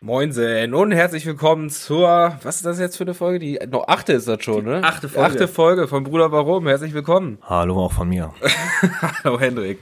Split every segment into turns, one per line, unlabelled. Moinsen und herzlich willkommen zur, was ist das jetzt für eine Folge? Die no, achte ist das schon, ne?
achte Folge.
Achte Folge von Bruder Warum. Herzlich willkommen.
Hallo auch von mir.
Hallo Hendrik.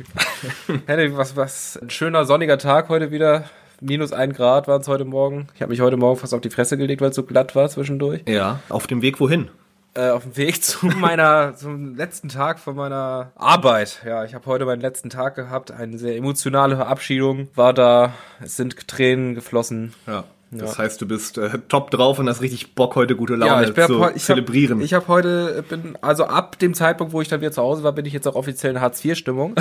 Hendrik, was, was, ein schöner sonniger Tag heute wieder. Minus ein Grad waren es heute Morgen. Ich habe mich heute Morgen fast auf die Fresse gelegt, weil es so glatt war zwischendurch.
Ja. Auf dem Weg wohin?
Äh, auf dem Weg zu meiner, zum letzten Tag von meiner Arbeit. Ja, ich habe heute meinen letzten Tag gehabt. Eine sehr emotionale Verabschiedung war da. Es sind Tränen geflossen.
Ja. Das heißt, du bist äh, top drauf und hast richtig Bock, heute gute Laune
bin
zu
ab heu- ich
zelebrieren.
Hab, ich habe heute, bin, also ab dem Zeitpunkt, wo ich dann wieder zu Hause war, bin ich jetzt auch offiziell in Hartz-IV-Stimmung.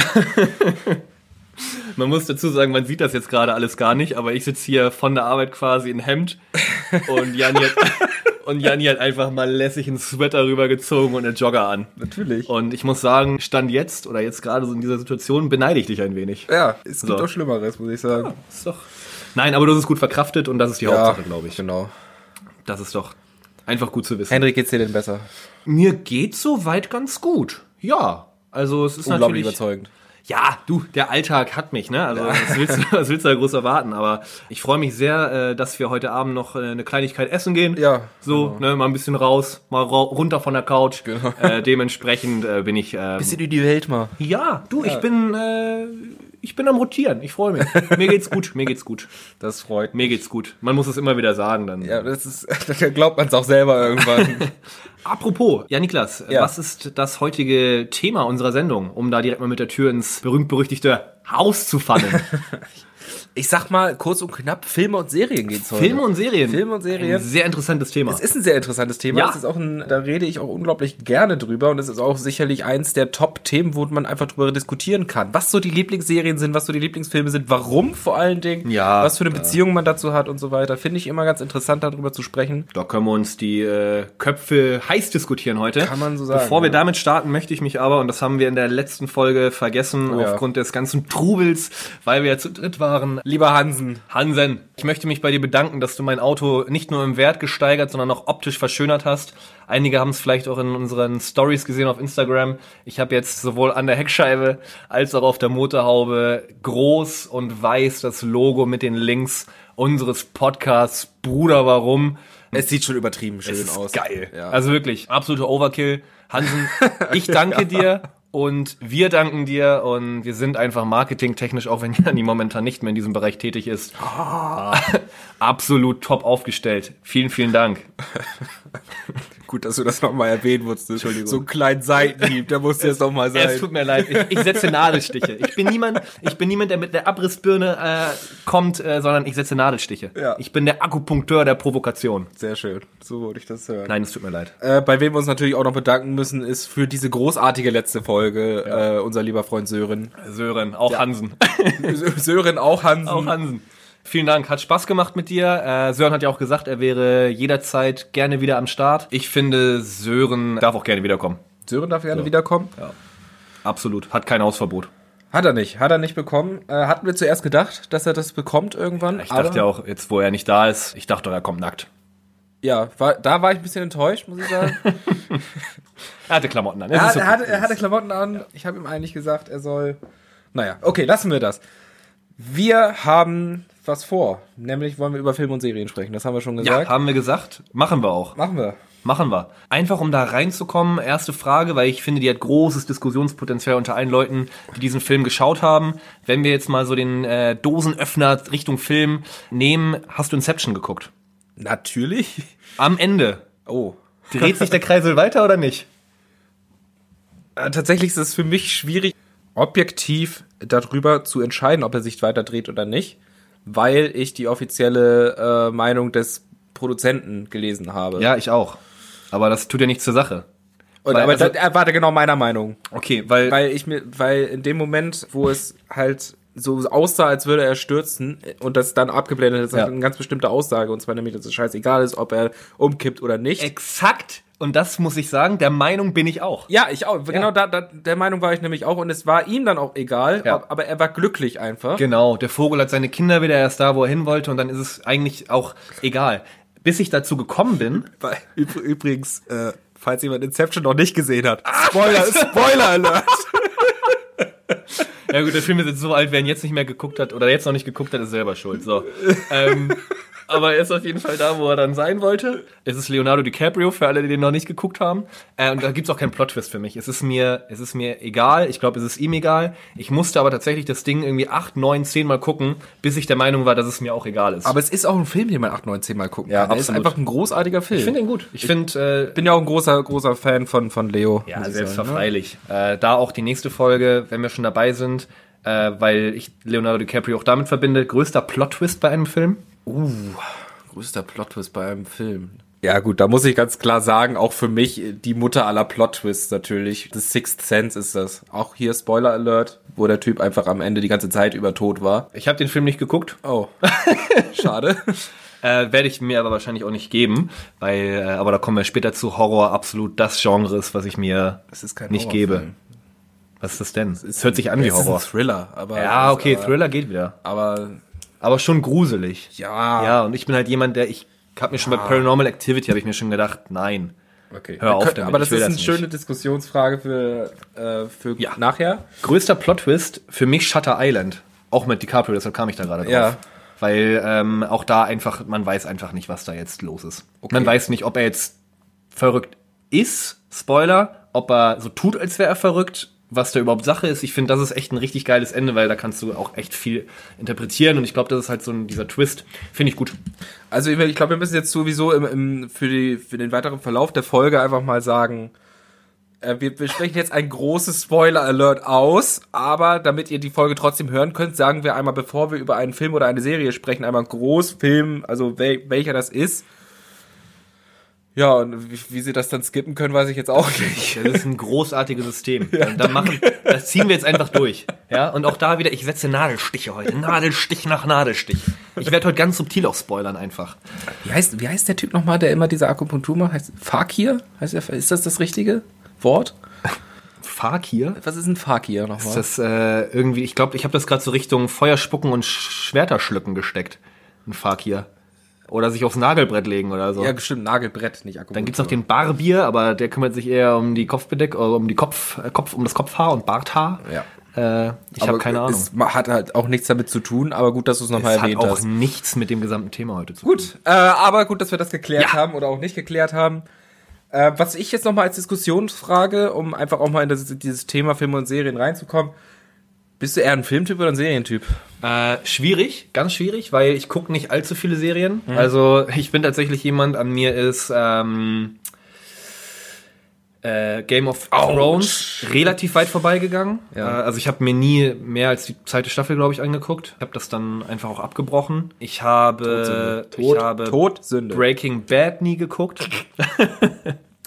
man muss dazu sagen, man sieht das jetzt gerade alles gar nicht, aber ich sitze hier von der Arbeit quasi in Hemd und Janni hat, und Janni hat einfach mal lässig einen Sweater rübergezogen und einen Jogger an.
Natürlich.
Und ich muss sagen, Stand jetzt oder jetzt gerade so in dieser Situation beneide ich dich ein wenig.
Ja, es gibt
So.
auch Schlimmeres, muss ich sagen.
Ist doch. Nein, aber du hast es gut verkraftet und das ist die Hauptsache, glaube ich.
Genau.
Das ist doch einfach gut zu wissen.
Hendrik, geht's dir denn besser?
Mir geht soweit ganz gut. Ja. Also es ist
Unglaublich
natürlich.
überzeugend.
Ja, du, der Alltag hat mich, ne? Also was, willst du, was willst du da groß erwarten? Aber ich freue mich sehr, äh, dass wir heute Abend noch äh, eine Kleinigkeit essen gehen.
Ja, Genau.
So, ne, mal ein bisschen raus, mal ra runter von der Couch. Genau. Äh, dementsprechend äh, bin ich. Äh,
Bisschen in die Welt mal.
ja, du, ich bin. Äh, ich bin am Rotieren. Ich freue mich. Mir geht's gut, mir geht's gut.
Das freut mich.
Mir geht's gut. Man muss es immer wieder sagen dann.
Ja, das ist, dann glaubt man es auch selber irgendwann.
Apropos, ja Niklas,
Ja.
was ist das heutige Thema unserer Sendung, um da direkt mal mit der Tür ins berühmt-berüchtigte Haus zu fallen?
ich sag mal kurz und knapp, Filme und Serien geht's heute.
Filme und Serien.
Filme und Serien.
Ein sehr interessantes Thema.
Es ist ein sehr interessantes Thema.
Ja.
Es ist auch ein, da rede ich auch unglaublich gerne drüber und es ist auch sicherlich eins der Top-Themen, wo man einfach drüber diskutieren kann. Was so die Lieblingsserien sind, was so die Lieblingsfilme sind, warum vor allen Dingen,
Ja,
was für eine Beziehung man dazu hat und so weiter. Finde ich immer ganz interessant, darüber zu sprechen.
da können wir uns die äh, Köpfe heiß diskutieren heute.
Kann man so sagen,
Bevor wir
ja.
damit starten, möchte ich mich aber, und das haben wir in der letzten Folge vergessen,
Oh ja.
aufgrund des ganzen Trubels, weil wir ja zu dritt waren,
Lieber Hansen,
Hansen, ich möchte mich bei dir bedanken, dass du mein Auto nicht nur im Wert gesteigert, sondern auch optisch verschönert hast. Einige haben es vielleicht auch in unseren Stories gesehen auf Instagram. Ich habe jetzt sowohl an der Heckscheibe als auch auf der Motorhaube groß und weiß das Logo mit den Links unseres Podcasts Bruder Warum.
es sieht schon übertrieben schön
Das ist
aus.
Geil.
Ja.
Also wirklich, absoluter Overkill. Hansen, ich danke dir und wir danken dir und wir sind einfach marketingtechnisch, auch wenn Jani momentan nicht mehr in diesem Bereich tätig ist, Ah. absolut top aufgestellt. Vielen, vielen Dank.
Gut, dass du das nochmal erwähnen musstest. Entschuldigung. So einen kleinen Seitenhieb, der musste jetzt nochmal
Es
sein.
tut mir leid, ich, ich setze Nadelstiche. Ich bin niemand, ich bin niemand der mit der Abrissbirne äh, kommt, äh, sondern ich setze Nadelstiche.
Ja.
Ich bin der Akupunkteur der Provokation.
Sehr schön. So wollte ich das hören.
Nein, es tut mir leid.
Äh, bei wem wir uns natürlich auch noch bedanken müssen, ist für diese großartige letzte Folge äh, unser lieber Freund Sören.
Sören, auch Hansen.
Sören auch Hansen.
Auch Hansen. Vielen Dank, hat Spaß gemacht mit dir. Äh, Sören hat ja auch gesagt, er wäre jederzeit gerne wieder am Start. Ich finde, Sören darf auch gerne wiederkommen.
Sören darf gerne wiederkommen.
Absolut, hat kein Hausverbot.
Hat er nicht, hat er nicht bekommen. Äh, hatten wir zuerst gedacht, dass er das bekommt irgendwann.
Ich dachte
aber-
ja auch, jetzt wo er nicht da ist, ich dachte, er kommt nackt.
Ja, war, da war ich ein bisschen enttäuscht, muss ich sagen. also
Er hatte Klamotten an. Es
er, hat,
ist okay.
er, hatte, er hatte Klamotten an. Ich habe ihm eigentlich gesagt, er soll. Naja, okay, lassen wir das. Wir haben was vor. Nämlich wollen wir über Filme und Serien sprechen. Das haben wir schon gesagt.
ja, haben wir gesagt, machen wir auch.
Machen wir.
Machen wir. Einfach um da reinzukommen, erste Frage, weil ich finde, die hat großes Diskussionspotenzial unter allen Leuten, die diesen Film geschaut haben. Wenn wir jetzt mal so den äh, Dosenöffner Richtung Film nehmen, hast du Inception geguckt?
Natürlich.
Am Ende.
Oh.
Dreht sich der Kreisel weiter oder nicht?
Äh, Tatsächlich ist es für mich schwierig, objektiv darüber zu entscheiden, ob er sich weiter dreht oder nicht, weil ich die offizielle äh, Meinung des Produzenten gelesen habe.
Ja, ich auch. Aber das tut ja nichts zur Sache.
Und,
weil-
aber
also-
da, äh, warte, genau meiner Meinung.
Okay, weil,
Weil ich mir, weil in dem Moment, wo es halt so aussah, als würde er stürzen äh, und das dann abgeblendet ist,
Ja.
hat eine ganz bestimmte Aussage, und zwar nämlich, dass es scheißegal ist, ob er umkippt oder nicht.
Äh, exakt, und das muss ich sagen, der Meinung bin ich auch.
Ja, ich auch. Genau da, da, der Meinung war ich nämlich auch und es war ihm dann auch egal,
Ja.
ob, aber er war glücklich einfach.
Genau, der Vogel hat seine Kinder wieder erst da, wo er hin wollte, und dann ist es eigentlich auch egal. Bis ich dazu gekommen bin,
Weil, üb übrigens, äh, falls jemand Inception noch nicht gesehen hat. Spoiler, Spoiler Alert!
Ja gut, der Film ist jetzt so alt, wer ihn jetzt nicht mehr geguckt hat oder jetzt noch nicht geguckt hat, ist selber schuld. So. ähm, Aber er ist auf jeden Fall da, wo er dann sein wollte. Es ist Leonardo DiCaprio, für alle, die den noch nicht geguckt haben. Äh, und da gibt's auch keinen Plot-Twist für mich. Es ist mir, es ist mir egal. Ich glaube, es ist ihm egal. Ich musste aber tatsächlich das Ding irgendwie acht, neun, zehn Mal gucken, bis ich der Meinung war, dass es mir auch egal ist.
Aber es ist auch ein Film, den man 8, 9, 10 Mal gucken
Ja,
kann. Er ist
absolut.
einfach ein großartiger Film.
ich finde ihn gut. Ich finde, äh,
bin ja auch ein großer, großer Fan von, von Leo. muss
ja,
ich sagen, ne?
selbstverfreilich. Äh, da auch die nächste Folge, wenn wir schon dabei sind, äh, weil ich Leonardo DiCaprio auch damit verbinde. Größter Plot-Twist bei einem Film.
Uh, Größter Plot-Twist bei einem Film. Ja, gut, da muss ich ganz klar sagen, auch für mich äh, die Mutter aller Plot-Twists natürlich. The Sixth Sense ist das. Auch hier Spoiler Alert, wo der Typ einfach am Ende die ganze Zeit über tot war.
Ich habe den Film nicht geguckt.
Oh. Schade.
Äh, Werde ich mir aber wahrscheinlich auch nicht geben, weil, äh, aber da kommen wir später zu Horror absolut das Genre ist, was ich mir
Es ist kein
nicht gebe.
Horrorfilm.
Was ist das denn? Es hört sich an wie
Es ist ein
Horror.
Thriller, aber.
Ja, okay,
aber,
Thriller geht wieder.
Aber,
Aber schon gruselig.
ja.
Ja, und ich bin halt jemand, der, ich habe mir schon
Ah.
bei Paranormal Activity, habe ich mir schon gedacht, nein.
Okay.
Hör
Wir
auf
können-
damit,
aber das
ich will
ist
das
eine
nicht.
schöne Diskussionsfrage für, äh, für
Ja.
nachher.
Größter Plot-Twist für mich Shutter Island. Auch mit DiCaprio, deshalb kam ich da gerade drauf.
Ja.
Weil ähm, auch da einfach, man weiß einfach nicht, was da jetzt los ist.
Okay.
Man weiß nicht, ob er jetzt verrückt ist, Spoiler, ob er so tut, als wäre er verrückt, was da überhaupt Sache ist. Ich finde, das ist echt ein richtig geiles Ende, weil da kannst du auch echt viel interpretieren und ich glaube, das ist halt so ein, dieser Twist. Finde ich gut.
Also ich ich glaube, wir müssen jetzt sowieso im, im, für, die, für den weiteren Verlauf der Folge einfach mal sagen, äh, wir, wir sprechen jetzt ein großes Spoiler-Alert aus, aber damit ihr die Folge trotzdem hören könnt, sagen wir einmal, bevor wir über einen Film oder eine Serie sprechen, einmal Großfilm, also wel, welcher das ist. Ja, und wie, wie sie das dann skippen können, weiß ich jetzt auch nicht.
Das ist ein großartiges System. da machen, das ziehen wir jetzt einfach durch. Ja, und auch da wieder, ich setze Nadelstiche heute. Nadelstich nach Nadelstich. Ich werde heute ganz subtil auch spoilern einfach.
Wie heißt, wie heißt der Typ nochmal, der immer diese Akupunktur macht? Heißt Fakir? Heißt der, ist das das richtige Wort?
Fakir?
Was ist ein Fakir nochmal?
Ist das äh, irgendwie, ich glaube, ich habe das gerade so Richtung Feuerspucken und Sch- Schwerterschlücken gesteckt. Ein Fakir. Oder sich aufs Nagelbrett legen oder so.
ja, stimmt, Nagelbrett, nicht Akupunktur.
Dann gibt's noch den Barbier, aber der kümmert sich eher um die Kopfbedeck, äh, um die Kopf, äh, Kopf, um das Kopfhaar und Barthaar. Äh, ich habe
Aber
keine Ahnung.
Es ma- hat halt auch nichts damit zu tun, aber gut, dass du es nochmal
Es hat
erwähnt
auch
hast.
nichts mit dem gesamten Thema heute zu tun.
Gut, äh, aber gut, dass wir das geklärt
Ja.
haben oder auch nicht geklärt haben. Äh, was ich jetzt nochmal als Diskussionsfrage, um einfach auch mal in das, dieses Thema Filme und Serien reinzukommen, bist du eher ein Filmtyp oder ein Serientyp?
Äh, schwierig, ganz schwierig, weil ich gucke nicht allzu viele Serien.
Mhm.
Also ich bin tatsächlich jemand, an mir ist ähm, äh, Game of Thrones relativ weit vorbeigegangen.
Ja.
Äh, also ich habe mir nie mehr als die zweite Staffel, glaube ich, angeguckt. Ich habe das dann einfach auch abgebrochen. Ich habe, Äh, ich habe
Tod, Sünde.
Breaking Bad nie geguckt.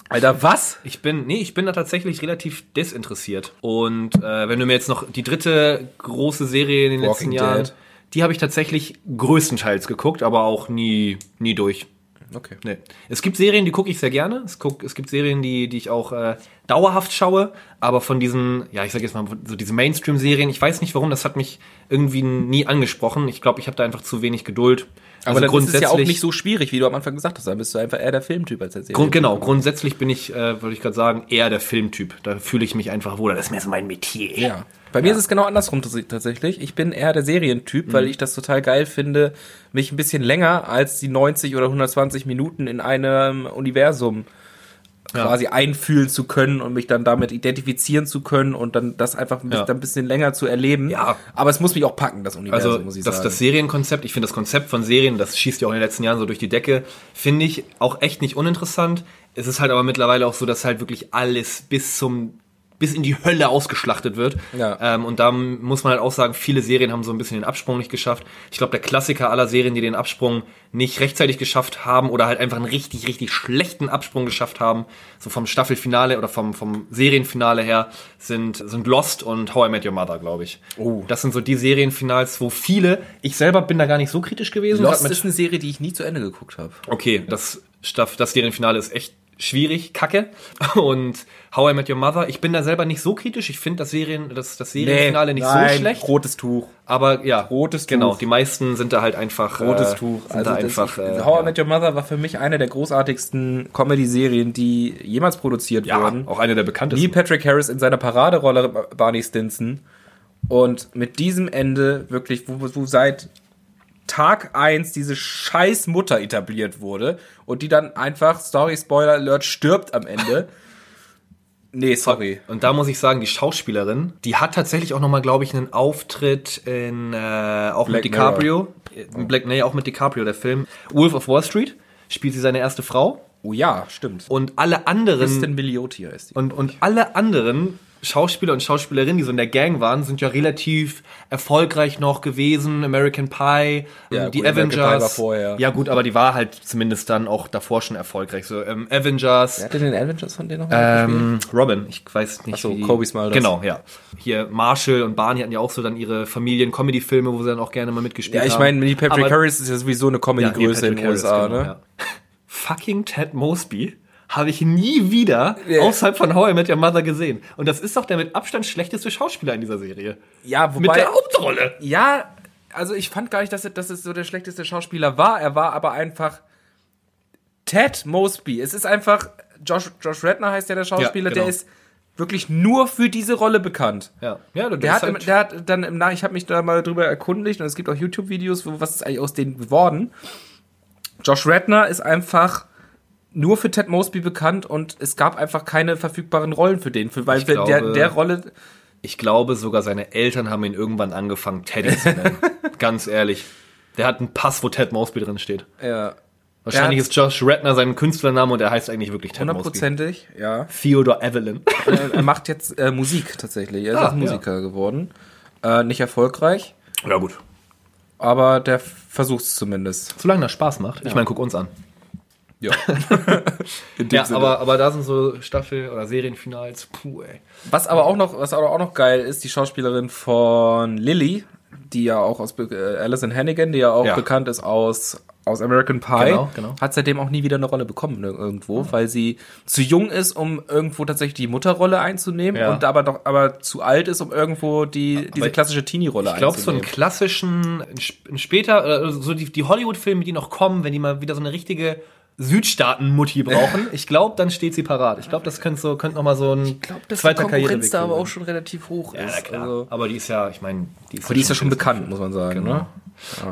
Alter, was?
Ich bin, nee, ich bin da tatsächlich relativ desinteressiert. Und äh, wenn du mir jetzt noch die dritte große Serie in den
Walking
letzten Jahren,
Dead.
die habe ich tatsächlich größtenteils geguckt, aber auch nie, nie durch.
Okay.
Nee. Es gibt Serien, die gucke ich sehr gerne. Es, guck, es gibt Serien, die, die ich auch äh, dauerhaft schaue. Aber von diesen, ja, ich sage jetzt mal, so diese Mainstream-Serien, ich weiß nicht warum, das hat mich irgendwie nie angesprochen. Ich glaube, ich habe da einfach zu wenig Geduld. Also
Aber dann ist es ja auch nicht so schwierig, wie du am Anfang gesagt hast. Dann bist du einfach eher der Filmtyp als der
Grund,
Serientyp.
genau, grundsätzlich bin ich, äh, würde ich gerade sagen, eher der Filmtyp. Da fühle ich mich einfach wohl. Das ist mir so mein Metier.
Ja. Bei mir ist es genau andersrum tats- tatsächlich. Ich bin eher der Serientyp, weil
Mhm.
ich das total geil finde, mich ein bisschen länger als die 90 oder 120 Minuten in einem Universum quasi einfühlen zu können und mich dann damit identifizieren zu können und dann das einfach ein bisschen,
Ja.
dann ein bisschen länger zu erleben.
Ja.
Aber es muss mich auch packen, das Universum,
Also
muss ich
das,
sagen.
das Serienkonzept, ich finde das Konzept von Serien, das schießt ja auch in den letzten Jahren so durch die Decke, finde ich auch echt nicht uninteressant. Es ist halt aber mittlerweile auch so, dass halt wirklich alles bis zum bis in die Hölle ausgeschlachtet wird.
Ja.
Ähm, und da muss man halt auch sagen, viele Serien haben so ein bisschen den Absprung nicht geschafft. Ich glaube, der Klassiker aller Serien, die den Absprung nicht rechtzeitig geschafft haben oder halt einfach einen richtig, richtig schlechten Absprung geschafft haben, so vom Staffelfinale oder vom, vom Serienfinale her, sind, sind Lost und How I Met Your Mother, glaube ich.
Oh.
Das sind so die Serienfinals, wo viele, ich selber bin da gar nicht so kritisch gewesen.
Lost
hab mit-
ist eine Serie, die ich nie zu Ende geguckt habe.
okay, das, Staff, das Serienfinale ist echt schwierig, kacke. Und How I Met Your Mother, ich bin da selber nicht so kritisch. Ich finde das, Serien, das, das Serienfinale nicht so schlecht.
Rotes Tuch.
Aber ja,
Rotes Tuch.
genau. Die meisten sind da halt einfach
Rotes
äh,
Tuch. also
Sind da
das-
einfach.
ich,
äh,
How I
ja.
Met Your Mother war für mich eine der großartigsten Comedy-Serien, die jemals produziert
ja,
wurden.
auch eine der
Neil
bekanntesten.
Patrick Harris in seiner Paraderolle äh, Barney Stinson. Und mit diesem Ende wirklich, wo, wo seit Tag eins diese scheiß Mutter etabliert wurde und die dann einfach, Story Spoiler Alert, stirbt am Ende. nee, sorry.
Und da muss ich sagen, die Schauspielerin, die hat tatsächlich auch nochmal, glaube ich, einen Auftritt in, äh, auch
Black
mit DiCaprio. Äh, Black, nee, auch mit DiCaprio, der Film. Wolf of Wall Street spielt sie seine erste Frau.
Oh ja, stimmt.
Und alle anderen,
Kristen Milioti heißt die.
und, und alle anderen Schauspieler und Schauspielerinnen, die so in der Gang waren, sind ja relativ erfolgreich noch gewesen. American Pie,
Ja,
ähm, die
gut, American Pie war
Avengers.
vorher.
Ja gut, aber die war halt zumindest dann auch davor schon erfolgreich. So ähm, Avengers,
hat denn den Avengers von denen noch
ähm, Robin, ich weiß nicht.
Ach so,
wie-
Kobe Smulders.
Genau, ja. Hier Marshall und Barney hatten ja auch so dann ihre Familien-Comedy-Filme, wo sie dann auch gerne mal mitgespielt
Ja,
haben.
ich meine, Neil Patrick
Aber-
Harris ist ja sowieso eine Comedy-Größe
Ja,
in den
Neil Patrick
USA,
Harris, genau,
ne?
ja. Fucking Ted Mosby habe ich nie wieder
Ja.
außerhalb von How I Met Your Mother gesehen. Und das ist doch der mit Abstand schlechteste Schauspieler in dieser Serie.
Ja,
Mit der Hauptrolle.
Ja, also ich fand gar nicht, dass, er- dass es so der schlechteste Schauspieler war. Er war aber einfach Ted Mosby. Es ist einfach, Josh, Josh Redner heißt ja der Schauspieler,
Ja, genau.
der ist wirklich nur für diese Rolle bekannt.
Ja, ja halt
Der hat, im, der hat dann im Nach ich habe mich da mal drüber erkundigt und es gibt auch YouTube-Videos, wo was ist eigentlich aus denen geworden. Josh Redner ist einfach nur für Ted Mosby bekannt und es gab einfach keine verfügbaren Rollen für den, für, weil
Ich
wir- der,
glaube-
der Rolle
ich glaube, sogar seine Eltern haben ihn irgendwann angefangen, Teddy zu nennen. Ganz ehrlich. Der hat einen Pass, wo Ted Mosby drin steht.
ja,
Wahrscheinlich
äh, Der
ist Josh Redner sein Künstlername und er heißt eigentlich wirklich Ted Mosby.
hundertprozentig, ja.
Theodore Evelyn.
er, er macht jetzt äh, Musik tatsächlich. Er ist
Ah,
auch Musiker geworden. Äh, nicht erfolgreich,
ja gut.
aber der versucht es zumindest.
Solange das Spaß macht. Ich meine, guck uns an.
Ja. In dem
Ja,
Sinne.
aber, aber da sind so Staffel- oder Serienfinals. Puh, ey.
was aber auch noch, was aber auch noch geil ist, die Schauspielerin von Lily, die ja auch aus Be- äh, Alison Hannigan, die ja auch
Ja.
bekannt ist aus aus American Pie,
Genau, genau.
hat seitdem auch nie wieder eine Rolle bekommen ne, irgendwo, weil sie zu jung ist, um irgendwo tatsächlich die Mutterrolle einzunehmen
Ja.
und aber doch aber zu alt ist, um irgendwo die diese
ich-
klassische Teenie-Rolle
Ich
einzunehmen.
glaube, so einen klassischen, einen sp- einen später, äh, so die, die Hollywood-Filme, die noch kommen, wenn die mal wieder so eine richtige Südstaaten-Mutti brauchen, ich glaube, dann steht sie parat. Ich glaube, das könnte so, könnte nochmal so ein
dass
zweiter
die Konkurrenz
Karriereweg
da aber
werden.
auch schon relativ hoch
Ja,
ist.
na klar.
Also,
aber die ist ja, ich meine,
aber die ist ja schon bekannt, muss man sagen.
Genau.
Ne?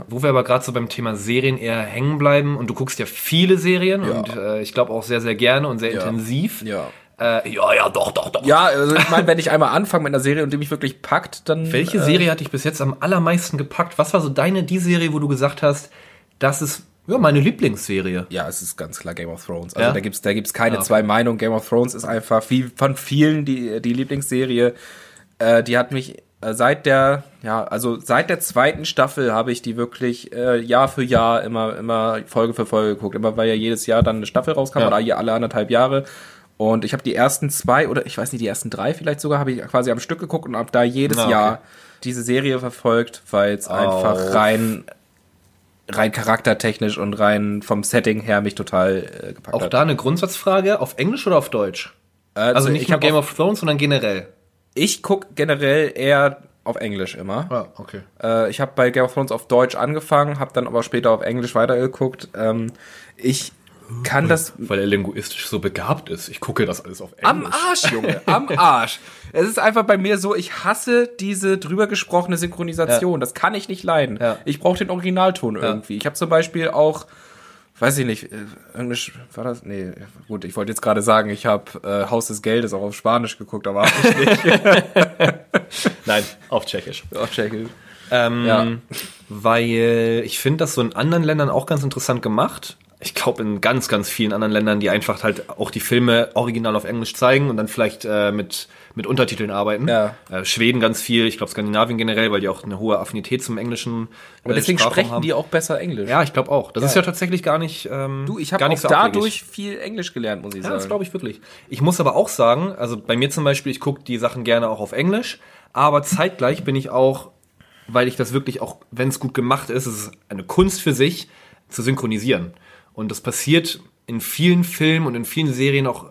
Wo wir aber gerade so beim Thema Serien eher hängen bleiben und du guckst ja viele Serien
Ja.
und äh, ich glaube auch sehr, sehr gerne und sehr intensiv.
Ja.
Äh, ja, ja, doch, doch, doch.
Ja, also ich meine, wenn ich einmal anfange mit einer Serie und die mich wirklich packt, dann.
Welche Serie hat dich bis jetzt am allermeisten gepackt? Was war so deine, die Serie, wo du gesagt hast, das ist ja, meine Lieblingsserie?
Ja, es ist ganz klar Game of Thrones. Also
Ja? Ah,
da gibt's da gibt's keine
okay.
zwei Meinungen. Game of Thrones ist einfach viel, von vielen die, die Lieblingsserie. Äh, die hat mich äh, seit der, ja, also seit der zweiten Staffel habe ich die wirklich äh, Jahr für Jahr immer, immer Folge für Folge geguckt. Immer weil ja jedes Jahr dann eine Staffel rauskam
Ja.
oder je- alle anderthalb Jahre. Und ich habe die ersten zwei oder ich weiß nicht, die ersten drei vielleicht sogar, habe ich quasi am Stück geguckt und habe da jedes
Ah, okay.
Jahr diese Serie verfolgt, weil es einfach rein rein charaktertechnisch und rein vom Setting her mich total äh, gepackt
Auch
hat.
da eine Grundsatzfrage, auf Englisch oder auf Deutsch?
also,
Also nicht
ich
nur
hab
Game
auch,
of Thrones, sondern generell.
ich guck generell eher auf Englisch immer.
Ah, okay.
Äh, ich habe bei Game of Thrones auf Deutsch angefangen, habe dann aber später auf Englisch weitergeguckt. Ähm, ich kann das
Weil er linguistisch so begabt ist. Ich gucke das alles auf Englisch.
am Arsch, Junge, am Arsch. Es ist einfach bei mir so, ich hasse diese drüber gesprochene Synchronisation. Das kann ich nicht leiden.
Ja.
Ich brauche den Originalton irgendwie. Ich habe zum Beispiel auch, weiß ich nicht, äh, Englisch war das? Nee, gut, ich wollte jetzt gerade sagen, ich habe äh, Haus des Geldes auch auf Spanisch geguckt, aber hab ich
Nein, auf Tschechisch.
auch Tschechisch.
Ähm,
Ja.
Weil ich finde das so in anderen Ländern auch ganz interessant gemacht. Ich glaube, in ganz, ganz vielen anderen Ländern, die einfach halt auch die Filme original auf Englisch zeigen und dann vielleicht äh, mit, mit Untertiteln arbeiten.
Ja.
Äh, Schweden ganz viel, ich glaube Skandinavien generell, weil die auch eine hohe Affinität zum englischen äh,
Und deswegen
Sprachraum
sprechen
haben.
die auch besser Englisch.
Ja, ich glaube auch. Das ist ja tatsächlich gar nicht. Ähm,
Du, ich habe
gar
auch
nicht so abwegig.
dadurch viel Englisch gelernt, muss ich
Ja,
sagen.
das glaube ich wirklich. Ich muss aber auch sagen, also bei mir zum Beispiel, ich gucke die Sachen gerne auch auf Englisch, aber zeitgleich bin ich auch, weil ich das wirklich auch, wenn es gut gemacht ist, es ist eine Kunst für sich, zu synchronisieren. Und das passiert in vielen Filmen und in vielen Serien auch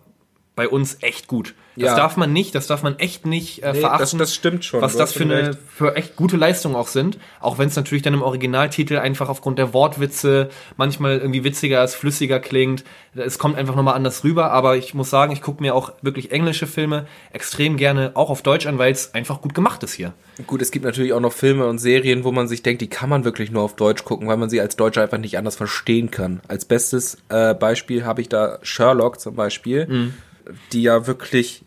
bei uns echt gut. Das
Ja.
darf man nicht, das darf man echt nicht äh,
Nee,
verachten.
das- das stimmt schon,
Was
du
das
hast
für,
schon
eine,
recht.
für echt gute Leistungen auch sind. Auch wenn es natürlich dann im Originaltitel einfach aufgrund der Wortwitze manchmal irgendwie witziger ist, flüssiger klingt. Es kommt einfach nochmal anders rüber. Aber ich muss sagen, ich gucke mir auch wirklich englische Filme extrem gerne auch auf Deutsch an, weil es einfach gut gemacht ist hier.
Gut, es gibt natürlich auch noch Filme und Serien, wo man sich denkt, die kann man wirklich nur auf Deutsch gucken, weil man sie als Deutscher einfach nicht anders verstehen kann. Als bestes äh, Beispiel habe ich da Sherlock zum Beispiel, die ja wirklich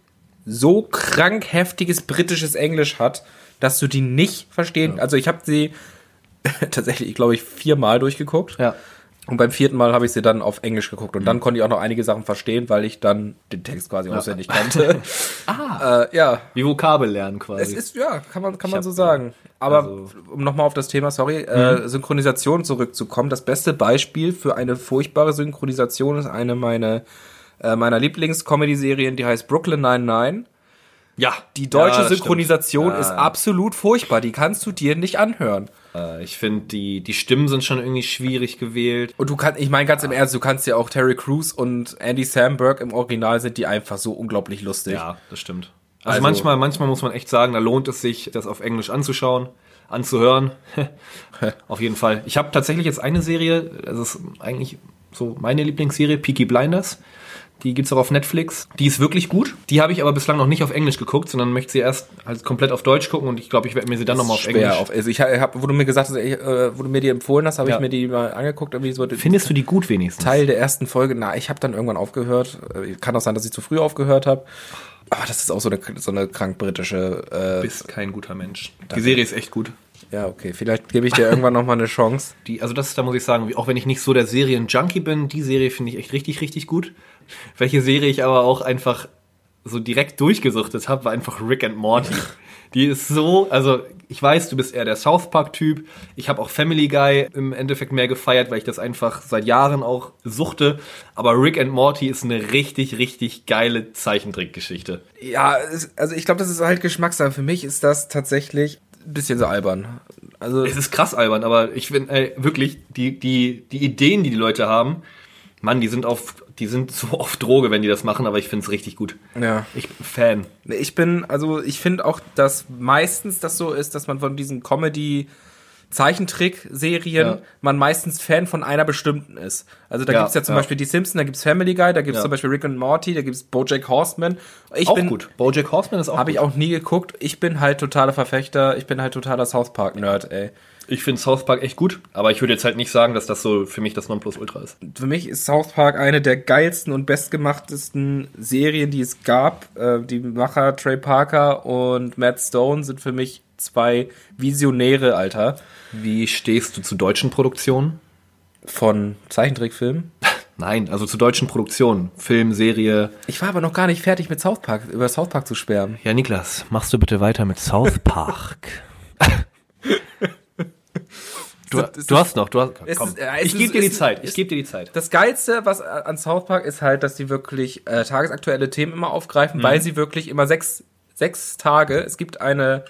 so krank heftiges britisches Englisch hat, dass du die nicht verstehen. Also ich habe sie tatsächlich, glaube ich, viermal durchgeguckt.
Ja.
Und beim vierten Mal habe ich sie dann auf Englisch geguckt. Und dann konnte ich auch noch einige Sachen verstehen, weil ich dann den Text quasi auswendig kannte. ah. Äh, ja.
Wie Vokabel lernen quasi.
Es ist, ja, kann man, kann man
hab-
so sagen. Aber
also- Mhm.
um nochmal auf das Thema, sorry, äh, Synchronisation zurückzukommen, das beste Beispiel für eine furchtbare Synchronisation ist eine meiner, äh, meiner Lieblings-Comedy-Serien, die heißt Brooklyn 99.
ja,
Die deutsche
Ja, das stimmt.
Synchronisation ist absolut furchtbar, die kannst du dir nicht anhören.
Äh, ich finde, die, die Stimmen sind schon irgendwie schwierig gewählt.
Und du kannst, ich meine ganz im Ernst, du kannst ja auch Terry Crews und Andy Samberg im Original sind die einfach so unglaublich lustig.
Ja, das stimmt. Also,
Also-
manchmal, manchmal muss man echt sagen, da lohnt es sich, das auf Englisch anzuschauen, anzuhören. auf jeden Fall. Ich habe tatsächlich jetzt eine Serie, das ist eigentlich so meine Lieblingsserie, Peaky Blinders. Die gibt's auch auf Netflix. Die ist wirklich gut. Die habe ich aber bislang noch nicht auf Englisch geguckt, sondern möchte sie erst halt komplett auf Deutsch gucken und ich glaube, ich werde mir sie dann nochmal auf
Schwer
Englisch.
auf, also ich habe, wo du mir gesagt hast, ich, äh, wo du mir die empfohlen hast, habe
Ja.
ich mir die mal angeguckt. Irgendwie so,
Findest du die gut wenigstens?
Teil der ersten Folge. Na, ich habe dann irgendwann aufgehört. Äh, Kann auch sein, dass ich zu früh aufgehört habe. Aber das ist auch so eine, so eine krank britische.
bist kein guter Mensch. Die Serie ist echt gut.
Äh, ja, okay. Vielleicht gebe ich dir irgendwann nochmal eine Chance.
Die, also das, da muss ich sagen, wie- auch wenn ich nicht so der Serien-Junkie bin, die Serie finde ich echt richtig, richtig gut. Welche Serie ich aber auch einfach so direkt durchgesuchtet habe, war einfach Rick and Morty. Die ist so, also ich weiß, du bist eher der South Park-Typ. Ich habe auch Family Guy im Endeffekt mehr gefeiert, weil ich das einfach seit Jahren auch suchte. Aber Rick and Morty ist eine richtig, richtig geile Zeichentrickgeschichte.
Ja, es- also ich glaube, das ist halt Geschmackssache. Für mich ist das tatsächlich ein bisschen so albern. Also
Es ist krass albern, aber ich finde ey, wirklich die die die Ideen, die die Leute haben, Mann, die sind auf die sind so auf Droge, wenn die das machen, aber ich finde es richtig gut.
Ja.
Ich bin Fan.
ich bin, also ich finde auch, dass meistens das so ist, dass man von diesen Comedy Zeichentrick-Serien
Ja.
man meistens Fan von einer bestimmten ist. Also da
Ja,
gibt's ja zum
ja.
Beispiel die Simpsons, da gibt's Family Guy, da gibt's
Ja.
zum Beispiel Rick und Morty, da gibt's BoJack Horseman. Ich
auch
bin,
gut. BoJack Horseman ist auch.
Habe ich
gut.
auch nie geguckt. Ich bin halt totaler Verfechter. Ich bin halt totaler South Park Nerd, ey.
Ich finde South Park echt gut, aber ich würde jetzt halt nicht sagen, dass das so für mich das Nonplusultra ist.
Für mich ist South Park eine der geilsten und bestgemachtesten Serien, die es gab. Äh, die Macher Trey Parker und Matt Stone sind für mich zwei Visionäre, Alter,
Wie stehst du zu deutschen Produktionen?
von Zeichentrickfilmen.
Nein, also zu deutschen Produktionen, Film, Serie.
Ich war aber noch gar nicht fertig mit South Park, über South Park zu schwärmen.
Ja, Niklas, machst du bitte weiter mit South Park? du,
Ist das-
du hast noch, du hast.
Ist
Komm.
das- äh, ist
ich
das-
gebe dir die
ist-
Zeit. Ich gebe dir die Zeit.
Das Geilste was a- an South Park ist halt, dass sie wirklich äh, tagesaktuelle Themen immer aufgreifen, weil sie wirklich immer sechs, sechs Tage, es gibt eine,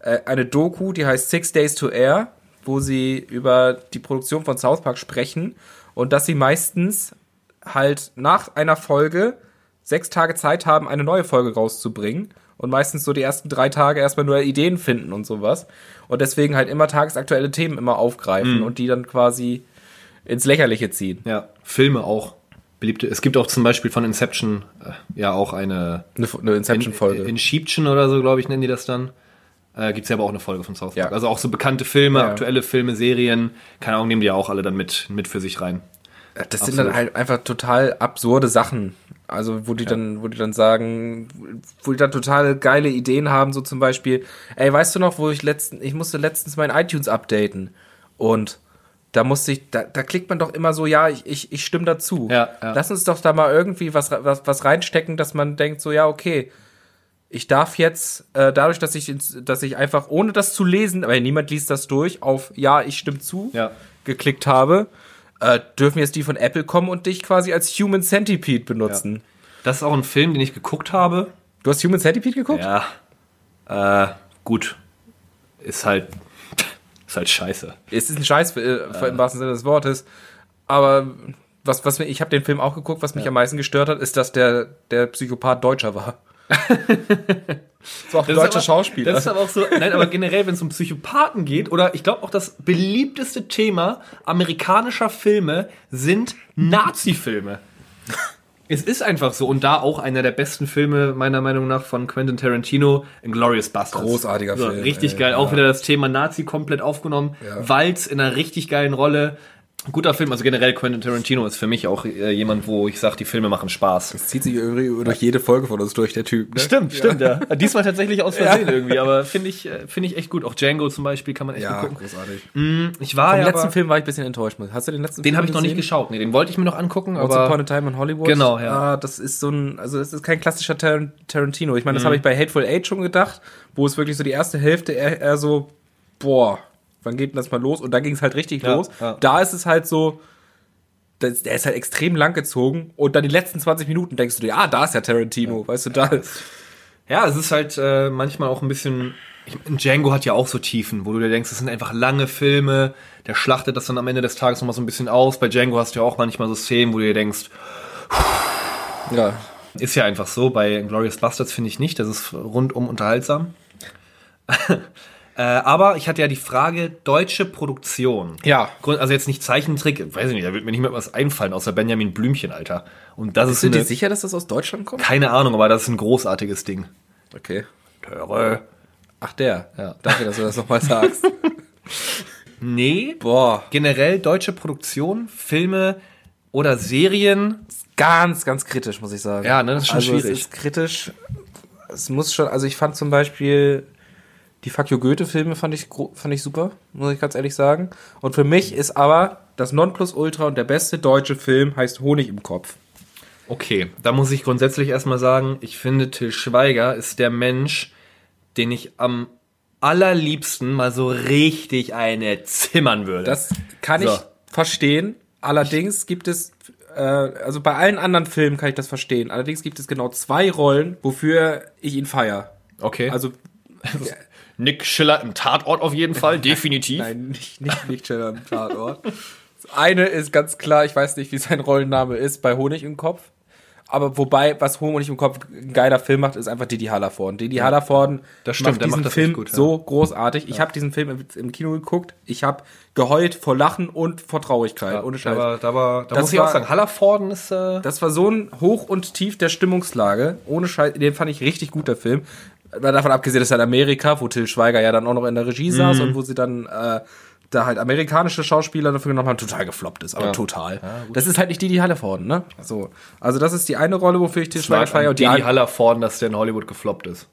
äh, eine Doku, die heißt Six Days to Air, wo sie über die Produktion von South Park sprechen und dass sie meistens halt nach einer Folge sechs Tage Zeit haben, eine neue Folge rauszubringen und meistens so die ersten drei Tage erstmal nur Ideen finden und sowas und deswegen halt immer tagesaktuelle Themen immer aufgreifen und die dann quasi ins Lächerliche ziehen.
Ja, Filme auch. Beliebte. Es gibt auch zum Beispiel von Inception äh, ja auch eine
Eine, Fo- eine Inception-Folge.
Inception oder so, glaube ich, nennen die das dann. Äh, gibt es ja aber auch eine Folge von South Park.
Ja.
Also auch so bekannte Filme,
Ja.
aktuelle Filme, Serien, keine Ahnung, nehmen die ja auch alle dann mit, mit für sich rein.
Das sind dann halt einfach total absurde Sachen. Also, wo die dann, wo die dann sagen, wo die dann total geile Ideen haben, so zum Beispiel, ey, weißt du noch, wo ich letzten, ich musste letztens mein iTunes updaten und da musste ich, da, da klickt man doch immer so, ja, ich, ich, ich stimme dazu.
Ja, ja.
Lass uns doch da mal irgendwie was, re- was, was reinstecken, dass man denkt, so, ja, okay, ich darf jetzt, äh, dadurch, dass ich, ins- dass ich einfach, ohne das zu lesen, weil niemand liest das durch, auf Ja, ich stimme zu
Ja.
geklickt habe, äh, dürfen jetzt die von Apple kommen und dich quasi als Human Centipede benutzen.
Das ist auch ein Film, den ich geguckt habe.
Du hast Human Centipede geguckt?
Ja. Äh, gut. Ist halt. Ist halt scheiße.
Äh. Es ist ein Scheiß, äh, im wahrsten Sinne des Wortes. Aber was, was mir, ich habe den Film auch geguckt, was mich am meisten gestört hat, ist, dass der, der Psychopath Deutscher war. das war auch ein
Das ist
deutscher
aber-
Schauspieler.
Das ist aber auch so, nein, aber generell, wenn es um Psychopathen geht, oder ich glaube auch das beliebteste Thema amerikanischer Filme sind Nazi-Filme. es ist einfach so. Und da auch einer der besten Filme, meiner Meinung nach, von Quentin Tarantino, Inglourious Bastards.
Großartiger Film,
Richtig
ey,
geil. Auch
ja.
wieder das Thema Nazi komplett aufgenommen.
Ja.
Walz in einer richtig geilen Rolle. Guter Film, also generell Quentin Tarantino ist für mich auch äh, jemand, wo ich sage, die Filme machen Spaß.
Das zieht sich irgendwie durch jede Folge von uns durch, der Typ. Ne?
Stimmt, stimmt, ja. Diesmal tatsächlich aus Versehen
Ja.
irgendwie, aber finde ich, äh, finde ich echt gut. Auch Django zum Beispiel kann man echt
Ja,
gut gucken.
großartig.
Ich war
Im
ja.
letzten
Aber,
Film war ich ein bisschen enttäuscht. Hast du den letzten
den
Film
habe ich noch nicht
gesehen?
geschaut. Nee, den wollte ich mir noch angucken,
Once Upon a
aber.
Time in Hollywood.
Genau, ja.
Ah, das ist so ein, also das ist kein klassischer Tar Tarantino. Ich meine,
Mhm.
das habe ich bei Hateful Eight schon gedacht, wo es wirklich so die erste Hälfte eher, eher so, boah, wann geht denn das mal los? Und dann ging es halt richtig
Ja,
los.
ja.
Da ist es halt so, das, der ist halt extrem lang gezogen und dann die letzten 20 Minuten denkst du dir, ah, da ist ja Tarantino, weißt du, da ist.
Ja, es ist halt äh, manchmal auch ein bisschen. Ich, mein, Django hat ja auch so Tiefen, wo du dir denkst, es sind einfach lange Filme, der schlachtet das dann am Ende des Tages nochmal so ein bisschen aus. Bei Django hast du ja auch manchmal so Szenen, wo du dir denkst,
Ja.
ist ja einfach so. Bei Glorious Bastards finde ich nicht, das ist rundum unterhaltsam. äh, aber ich hatte ja die Frage, deutsche Produktion.
Ja.
Grund, also jetzt nicht Zeichentrick, weiß ich nicht, da wird mir nicht mehr was einfallen, außer Benjamin Blümchen, Alter. Und das ist,
Sind die
eine,
sicher, dass das aus Deutschland kommt?
keine Ahnung, aber das ist ein großartiges Ding.
Okay.
Töre.
Ach, der.
Ja.
Danke, dass du das nochmal sagst.
Nee,
Boah.
generell deutsche Produktion, Filme oder Serien.
ganz, ganz kritisch, muss ich sagen.
Ja, ne, das ist schon
also
schwierig.
Es ist kritisch. Es muss schon, also ich fand zum Beispiel die Fuck You Goethe-Filme fand ich, gro- fand ich super, muss ich ganz ehrlich sagen. Und für mich ist aber das Nonplusultra und der beste deutsche Film heißt Honig im Kopf.
Okay, da muss ich grundsätzlich erstmal sagen, ich finde Till Schweiger ist der Mensch, den ich am allerliebsten mal so richtig eine zimmern würde.
Das kann
So.
ich verstehen. Allerdings gibt es, äh, also bei allen anderen Filmen kann ich das verstehen. Allerdings gibt es genau zwei Rollen, wofür ich ihn feier.
okay. Also
Also,
Nick Schiller im Tatort auf jeden Fall, definitiv.
Nein, nicht, nicht Lichtschilder am Tatort. Das eine ist ganz klar, ich weiß nicht, wie sein Rollenname ist, bei Honig im Kopf. Aber wobei, was Honig im Kopf ein geiler Film macht, ist einfach Didi Hallervorden. Didi Hallervorden
das stimmt,
macht
der macht
diesen
das
Film
echt gut, ja.
so großartig. Ich habe diesen Film im, im Kino geguckt. Ich habe geheult vor Lachen und vor Traurigkeit. ohne Scheiß.
Da, war, da, war, da
Das
muss ich
war-
auch sagen, Hallerforden ist. Äh,
Das war so ein Hoch und Tief der Stimmungslage. Ohne Scheiß, den fand ich richtig gut, der Film. Mal davon abgesehen, dass er in Amerika, wo Till Schweiger ja dann auch noch in der Regie
Mhm.
saß und wo sie dann äh, da halt amerikanische Schauspieler dafür genommen haben, total gefloppt ist. Aber total. das ist halt nicht Didi Hallervorden, ne? So. Also das ist die eine Rolle, wofür ich Till Schweiger feiere. Und die
Didi
an-
Hallerforden, dass der in Hollywood gefloppt ist.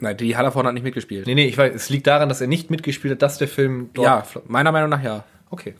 Nein, Didi Hallervorden hat nicht mitgespielt.
Nee, nee, ich weiß, es liegt daran, dass er nicht mitgespielt hat, dass der Film dort
ja, Oh,
gefloppt
meiner Meinung nach ja.
Okay.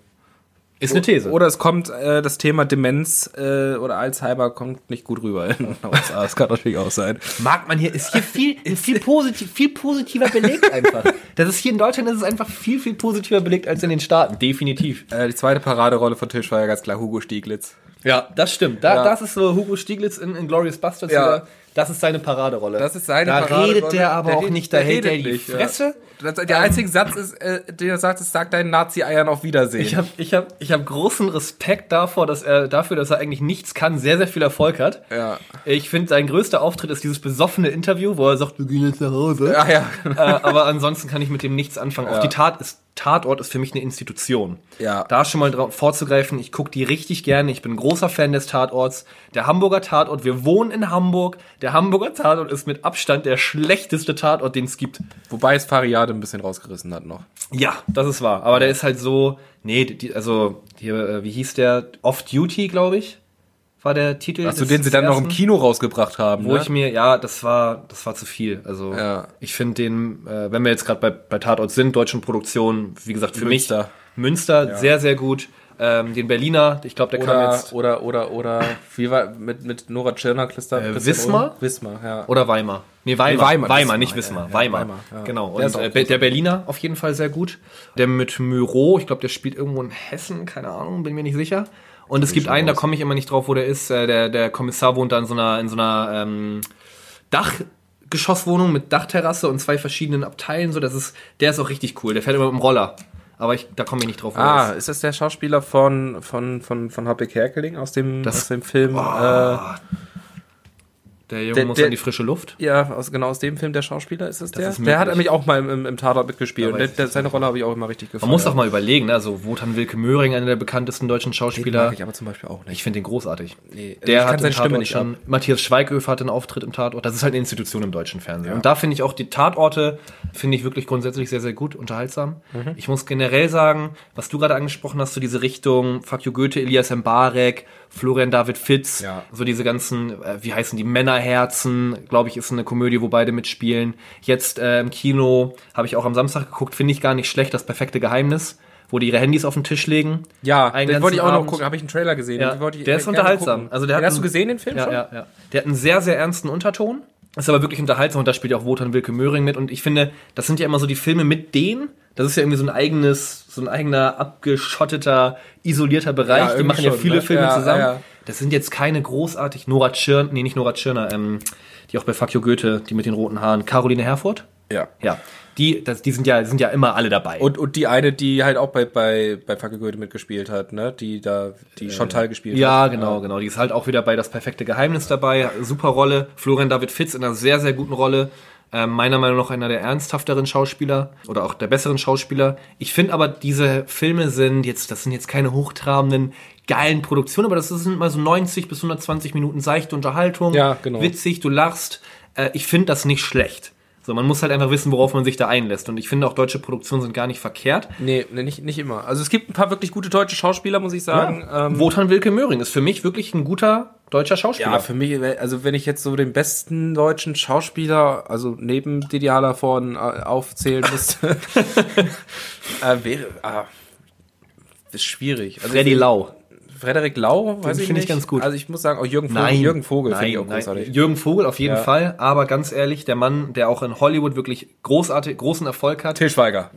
Ist eine These.
Oder es kommt äh, das Thema Demenz äh, oder Alzheimer kommt nicht gut rüber in den USA. Das kann natürlich auch sein.
mag man hier, ist hier viel, viel, positiv, viel positiver belegt einfach. Das ist hier in Deutschland ist es einfach viel, viel positiver belegt als in den Staaten. Definitiv.
Äh, die zweite Paraderolle von Till Schweiger, ganz klar, Hugo Stieglitz.
Ja, das stimmt. Da,
Ja.
Das ist so Hugo Stieglitz in, in Glorious Bastards.
Ja.
wieder. Das ist seine Paraderolle.
Das ist seine
da
Paraderolle.
redet der aber auch
redet-
nicht, da
der
hält er
redet
die
nicht, ja.
Fresse. Ähm,
Das, der einzige Satz ist, äh, den er sagt, ist, sag deinen Nazi-Eiern auf Wiedersehen.
Ich habe ich hab, ich hab großen Respekt davor, dass er, dafür, dass er eigentlich nichts kann, sehr, sehr viel Erfolg hat.
Ja.
Ich finde, sein größter Auftritt ist dieses besoffene Interview, wo er sagt, wir gehen jetzt nach Hause.
Ja, ja.
äh, aber ansonsten kann ich mit dem nichts anfangen. Auch die Tat ist, Tatort ist für mich eine Institution.
Ja.
Da schon mal drauf vorzugreifen, ich gucke die richtig gerne. Ich bin ein großer Fan des Tatorts. Der Hamburger Tatort, wir wohnen in Hamburg. Der Hamburger Tatort ist mit Abstand der schlechteste Tatort, den es gibt.
Wobei es Fariade ein bisschen rausgerissen hat noch.
Ja, das ist wahr. Aber der ist halt so, nee, die, also hier, äh, wie hieß der? Off Duty, glaube ich, war der Titel.
Achso,
des-
den sie
des
dann noch im
ersten,
Kino rausgebracht haben.
Wo
ne?
ich mir, ja, das war, das war zu viel. Also
Ja.
ich finde den, äh, wenn wir jetzt gerade bei, bei Tatort sind, deutschen Produktionen, wie gesagt, für
Münster.
mich Münster sehr, sehr gut. Ähm, den Berliner, ich glaube, der kam
oder,
jetzt.
oder, oder, oder, wie war, mit, mit Nora Tschirner, Christa, Christian
Wismar?
Ulm? Äh, Wismar, ja.
Oder Weimar. Nee, Weimar.
Nee,
Weimar,
Weimar. Wismar,
nicht
ja,
Wismar.
ja,
Weimar.
Weimar, ja.
Genau.
Der
Und
ist auch
der, äh, der Berliner auf jeden Fall sehr gut. Der mit Müro, ich glaube, der spielt irgendwo in Hessen, keine Ahnung, bin mir nicht sicher. Und es gibt einen, da komme ich immer nicht drauf, wo der ist. Äh, Der, der Kommissar wohnt da in so einer, in so einer ähm, Dachgeschosswohnung mit Dachterrasse und zwei verschiedenen Abteilen. So, das ist, der ist auch richtig cool. Der fährt immer mit dem Roller. Aber ich, da komme ich nicht drauf. wo er
Ah,
ist.
ist das der Schauspieler von, von, von, von Hoppe Kerkeling aus dem,
Das-
aus dem Film? Äh,
Ah. der Junge
der-
muss
der-
an die frische Luft.
ja, aus, genau aus dem Film der Schauspieler ist es der?
ist
der hat
möglich.
nämlich auch mal im, im, im Tatort mitgespielt.
Da
Und
weiß
der,
ich
der, seine Rolle habe ich auch immer richtig gefallen.
Man muss doch mal überlegen, ne? also Wotan Wilke Möhring, einer der bekanntesten deutschen
Spieler.
Schauspieler.
Mag ich aber zum Beispiel auch
Ich
nicht.
finde den großartig.
Nee, also ich
der
kann seine
hat
Stimme
seine Stimme
nicht
schon. Matthias Schweighöfer hatte einen Auftritt im Tatort. Das ist halt eine Institution im deutschen Fernsehen. Und da finde ich auch die Tatorte finde ich wirklich grundsätzlich sehr sehr gut unterhaltsam.
Mhm.
Ich muss generell sagen, was du gerade angesprochen hast, so diese Richtung Fuck you Goethe, Elias Mbarek, Florian David Fitz,
Ja.
so diese ganzen äh, wie heißen die Männerherzen, glaube ich, ist eine Komödie, wo beide mitspielen. Jetzt äh, im Kino habe ich auch am Samstag geguckt, finde ich gar nicht schlecht, das perfekte Geheimnis, wo die ihre Handys auf den Tisch legen.
Ja,
Einen
den wollte ich
ganzen
auch
Abend.
noch gucken. Habe ich einen Trailer gesehen.
Ja,
Den wollte ich äh,
der ist
gerne
unterhaltsam.
gucken.
Also der hat
den hast
einen-
du gesehen, den Film
ja,
schon?
Ja, ja. Der hat einen sehr, sehr ernsten Unterton. Ist aber wirklich unterhaltsam und da spielt ja auch Wotan Wilke Möhring mit. Und ich finde, das sind ja immer so die Filme mit denen. Das ist ja irgendwie so ein eigenes, so ein eigener abgeschotteter, isolierter Bereich.
Ja,
die
irgendwie
machen ja
schon,
viele
ne?
Filme
Ja,
zusammen.
ja, ja.
Das sind jetzt keine großartig Nora Tschirner, nee, nicht Nora Tschirner, ähm, die auch bei Fuck You Goethe, die mit den roten Haaren. Caroline Herfurth?
ja.
Ja. Die, das, die sind ja, sind ja immer alle dabei.
Und, und die eine, die halt auch bei, bei, bei Fucking Goethe mitgespielt hat, ne? Die da, die Chantal gespielt
Ja,
hat.
genau, genau. Die ist halt auch wieder bei Das perfekte Geheimnis dabei. Super Rolle. Florian David Fitz in einer sehr, sehr guten Rolle. Ähm, meiner Meinung nach einer der ernsthafteren Schauspieler oder auch der besseren Schauspieler. Ich finde aber, diese Filme sind jetzt, das sind jetzt keine hochtrabenden, geilen Produktionen, aber das sind mal so 90 bis 120 Minuten seichte Unterhaltung.
Ja, genau.
Witzig, du lachst. Äh, ich finde das nicht schlecht. So, man muss halt einfach wissen, worauf man sich da einlässt. Und ich finde auch deutsche Produktionen sind gar nicht verkehrt.
Nee, nee nicht, nicht immer. Also es gibt ein paar wirklich gute deutsche Schauspieler, muss ich sagen. Ähm,
Ja. Wotan Wilke Möhring ist für mich wirklich ein guter deutscher Schauspieler.
Ja, für mich, also wenn ich jetzt so den besten deutschen Schauspieler, also neben Didi Hallervorden äh, aufzählen müsste, äh, wäre, ah, ist schwierig. Also
Freddy
ich-
Lau.
Frederik Lau, weiß ich
finde
nicht.
ich ganz gut.
Also ich muss sagen, auch Jürgen Vogel, Jürgen Vogel finde ich auch großartig.
Jürgen Vogel auf jeden
Ja.
Fall, aber ganz ehrlich, der Mann, der auch in Hollywood wirklich großartig, großen Erfolg hat,
Til Schweiger.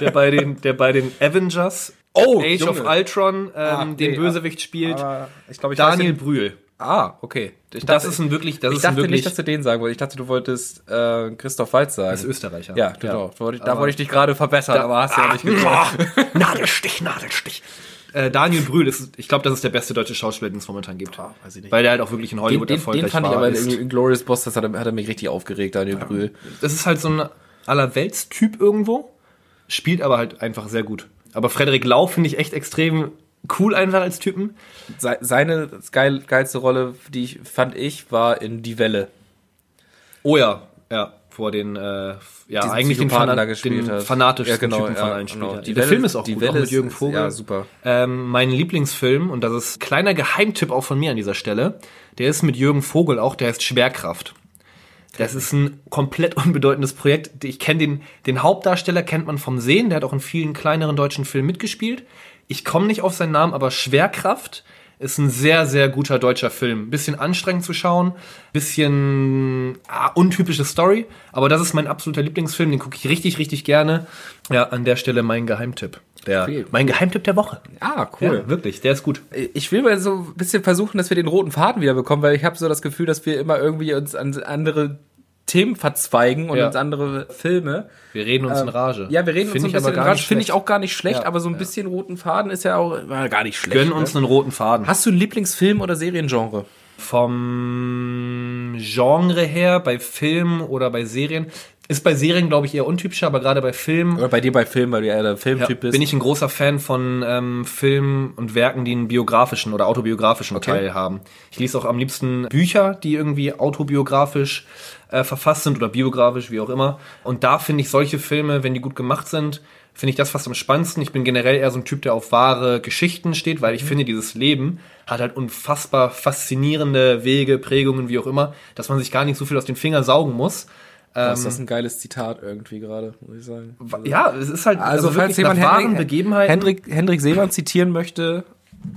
der bei den, der bei den Avengers
Oh,
Age
Junge. Ah,
of Ultron ähm, den
nee,
Bösewicht spielt,
Aber ich glaube, ich
Daniel
weiß
Brühl.
den- Ah, okay. Ich
Das
dachte-
ist ein wirklich, das
Ich
ist ein
dachte
wirklich
nicht, dass du den sagen wolltest. Ich dachte, du wolltest äh, Christoph Waltz sagen.
das ist Österreicher.
ja, genau. Wollte ich- Da
Aber- Ah,
wollte ich dich gerade verbessern, aber hast ja nicht gesagt.
Nadelstich, Nadelstich. Äh, Daniel Brühl ist, ich glaube, das ist der beste deutsche Schauspieler, den es momentan gibt.
Ah, weiß ich nicht.
Weil der halt auch wirklich in
Den,
Hollywood
den,
erfolgreich
den fand ich
war.
aber
ist.
in, in Glorious Boss, das hat er, hat er mich richtig aufgeregt, Daniel Brühl.
Das ist halt so ein Allerweltstyp irgendwo, spielt aber halt einfach sehr gut. Aber Frederik Lau finde ich echt extrem cool einfach als Typen.
Se, seine geil, geilste Rolle, die ich fand ich, war in Die Welle.
Oh ja, ja, vor den äh, ja
Diesen
eigentlich den,
Psychopathen
Fana
da gespielt
den
hat.
fanatischsten
Ja, genau,
Typen von
ja,
allen Spielern.
genau. Die
Der
Welle
Film
ist-
ist auch
die
gut,
Welle
auch mit
ist-
Jürgen
ist-
Vogel.
ja, super.
Ähm, mein Lieblingsfilm und das ist kleiner Geheimtipp auch von mir an dieser Stelle. Der ist mit Jürgen Vogel auch. Der heißt Schwerkraft. Das ist ein komplett unbedeutendes Projekt. Ich kenne den, den Hauptdarsteller kennt man vom Sehen. Der hat auch in vielen kleineren deutschen Filmen mitgespielt. Ich komme nicht auf seinen Namen, aber Schwerkraft ist ein sehr, sehr guter deutscher Film. Bisschen anstrengend zu schauen, bisschen ah, untypische Story, aber das ist mein absoluter Lieblingsfilm, den gucke ich richtig, richtig gerne. Ja, an der Stelle mein Geheimtipp. Der,
Okay.
Mein Geheimtipp der Woche.
Ah,
Ja, wirklich, der ist gut.
Ich will mal so ein bisschen versuchen, dass wir den roten Faden wieder bekommen, weil ich habe so das Gefühl, dass wir immer irgendwie uns an andere Themen verzweigen und
Ja.
uns andere Filme.
Wir reden uns in Rage.
Ähm, Ja, wir reden
Find
uns
ich
so ein
aber
bisschen
gar
dran.
nicht
Finde ich
schlecht.
auch gar nicht schlecht,
Ja,
aber so ein bisschen roten Faden ist ja auch war gar nicht schlecht. ne?
Gönn uns einen roten Faden.
Hast du einen Lieblingsfilm oder Seriengenre?
vom Genre her, bei Filmen oder bei Serien, ist bei Serien, glaube ich, eher untypischer, aber gerade bei Filmen
Oder bei dir bei Film, weil du ja der
ja,
Filmtyp bist.
bin ich ein großer Fan von ähm, Filmen und Werken, die einen biografischen oder autobiografischen Teil haben. Ich lese auch am liebsten Bücher, die irgendwie autobiografisch äh, verfasst sind oder biografisch, wie auch immer. Und da finde ich solche Filme, wenn die gut gemacht sind, finde ich das fast am spannendsten. Ich bin generell eher so ein Typ, der auf wahre Geschichten steht, weil ich
Mhm.
finde, dieses Leben hat halt unfassbar faszinierende Wege, Prägungen, wie auch immer, dass man sich gar nicht so viel aus den Fingern saugen muss.
Oh,
ähm,
ist das ein geiles Zitat irgendwie gerade, muss ich sagen.
Ja, es ist halt
Also, falls
wirklich
jemand
nach wahren
Hendrik,
Begebenheiten.
Hendrik, Hendrik Seemann zitieren möchte,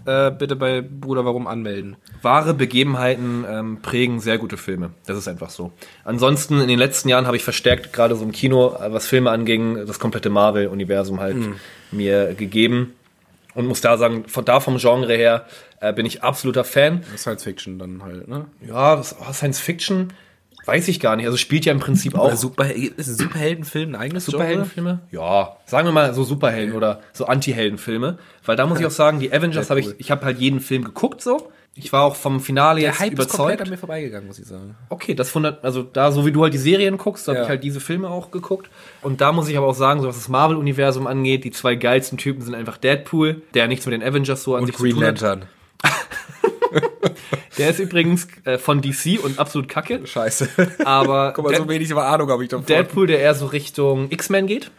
äh, bitte bei Bruder Warum anmelden.
Wahre Begebenheiten ähm, prägen sehr gute Filme. Das ist einfach so. Ansonsten in den letzten Jahren habe ich verstärkt gerade so im Kino, äh, was Filme anging, das komplette Marvel-Universum halt
Hm.
mir gegeben. Und muss da sagen, von da vom Genre her äh, bin ich absoluter Fan.
Science Fiction dann halt, ne?
Ja, das oh, Science Fiction Weiß ich gar nicht. Also spielt ja im Prinzip auch
Oder Super, ist ein Superheldenfilm ein eigenes Genre?
Superheldenfilme? Ja, sagen wir mal so Superhelden oder so Anti-Heldenfilme, weil da muss ich auch sagen, die Avengers habe
cool.
ich ich habe halt jeden Film geguckt so. Ich war auch vom Finale
Der
jetzt
Hype ist komplett an
überzeugt.
mir vorbeigegangen, muss ich sagen.
Okay, das wundert also da so wie du halt die Serien guckst, habe
Ja.
ich halt diese Filme auch geguckt und da muss ich aber auch sagen, so was das Marvel Universum angeht, die zwei geilsten Typen sind einfach Deadpool, der nichts mit den Avengers so an sich zu tun hat. Der ist übrigens äh, von DC und absolut kacke,
Scheiße.
aber
Guck mal, so
Dead-
wenig Ahnung habe ich davon.
Deadpool, der eher so Richtung X-Men geht.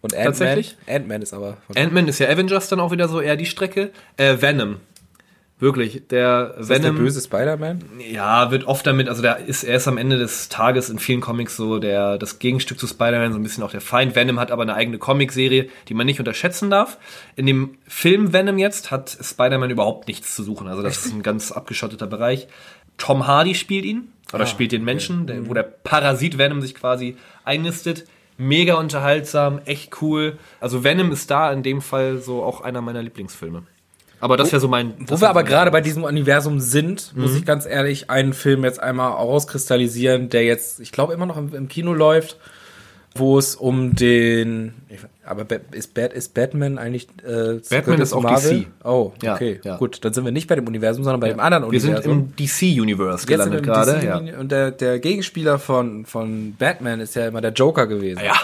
Und
Tatsächlich?
Ant-Man ist aber. Von
Ant-Man ist ja Avengers dann auch wieder so eher die Strecke. Äh, Venom. Wirklich, der
ist der
Venom.
böse Spider-Man?
ja, wird oft damit, also der ist erst am Ende des Tages in vielen Comics so der das Gegenstück zu Spider-Man, so ein bisschen auch der Feind. Venom hat aber eine eigene Comicserie, die man nicht unterschätzen darf. In dem Film Venom jetzt hat Spider-Man überhaupt nichts zu suchen. Also das ist ein ganz abgeschotteter Bereich. Tom Hardy spielt ihn oder
Ah,
spielt den Menschen,
Mhm.
der, wo der Parasit Venom sich quasi einnistet. Mega unterhaltsam, echt cool. Also Venom ist da in dem Fall so auch einer meiner Lieblingsfilme. Aber das wäre so mein.
Wo wir aber gerade bei diesem Universum sind, muss
Mhm.
ich ganz ehrlich einen Film jetzt einmal rauskristallisieren, der jetzt, ich glaube, immer noch im, im Kino läuft, wo es um den. ich- Aber Ba- ist, Bat, ist Batman eigentlich. Äh,
Batman ist auch DC.
Oh,
Ja,
okay.
ja.
Gut, dann sind wir nicht bei dem Universum, sondern bei dem anderen
Wir
Universum.
sind im DC-Universe
Jetzt sind wir
gelandet
im
gerade.
DC
Ja.
Und der, der Gegenspieler von, von Batman ist ja immer der Joker gewesen.
ja,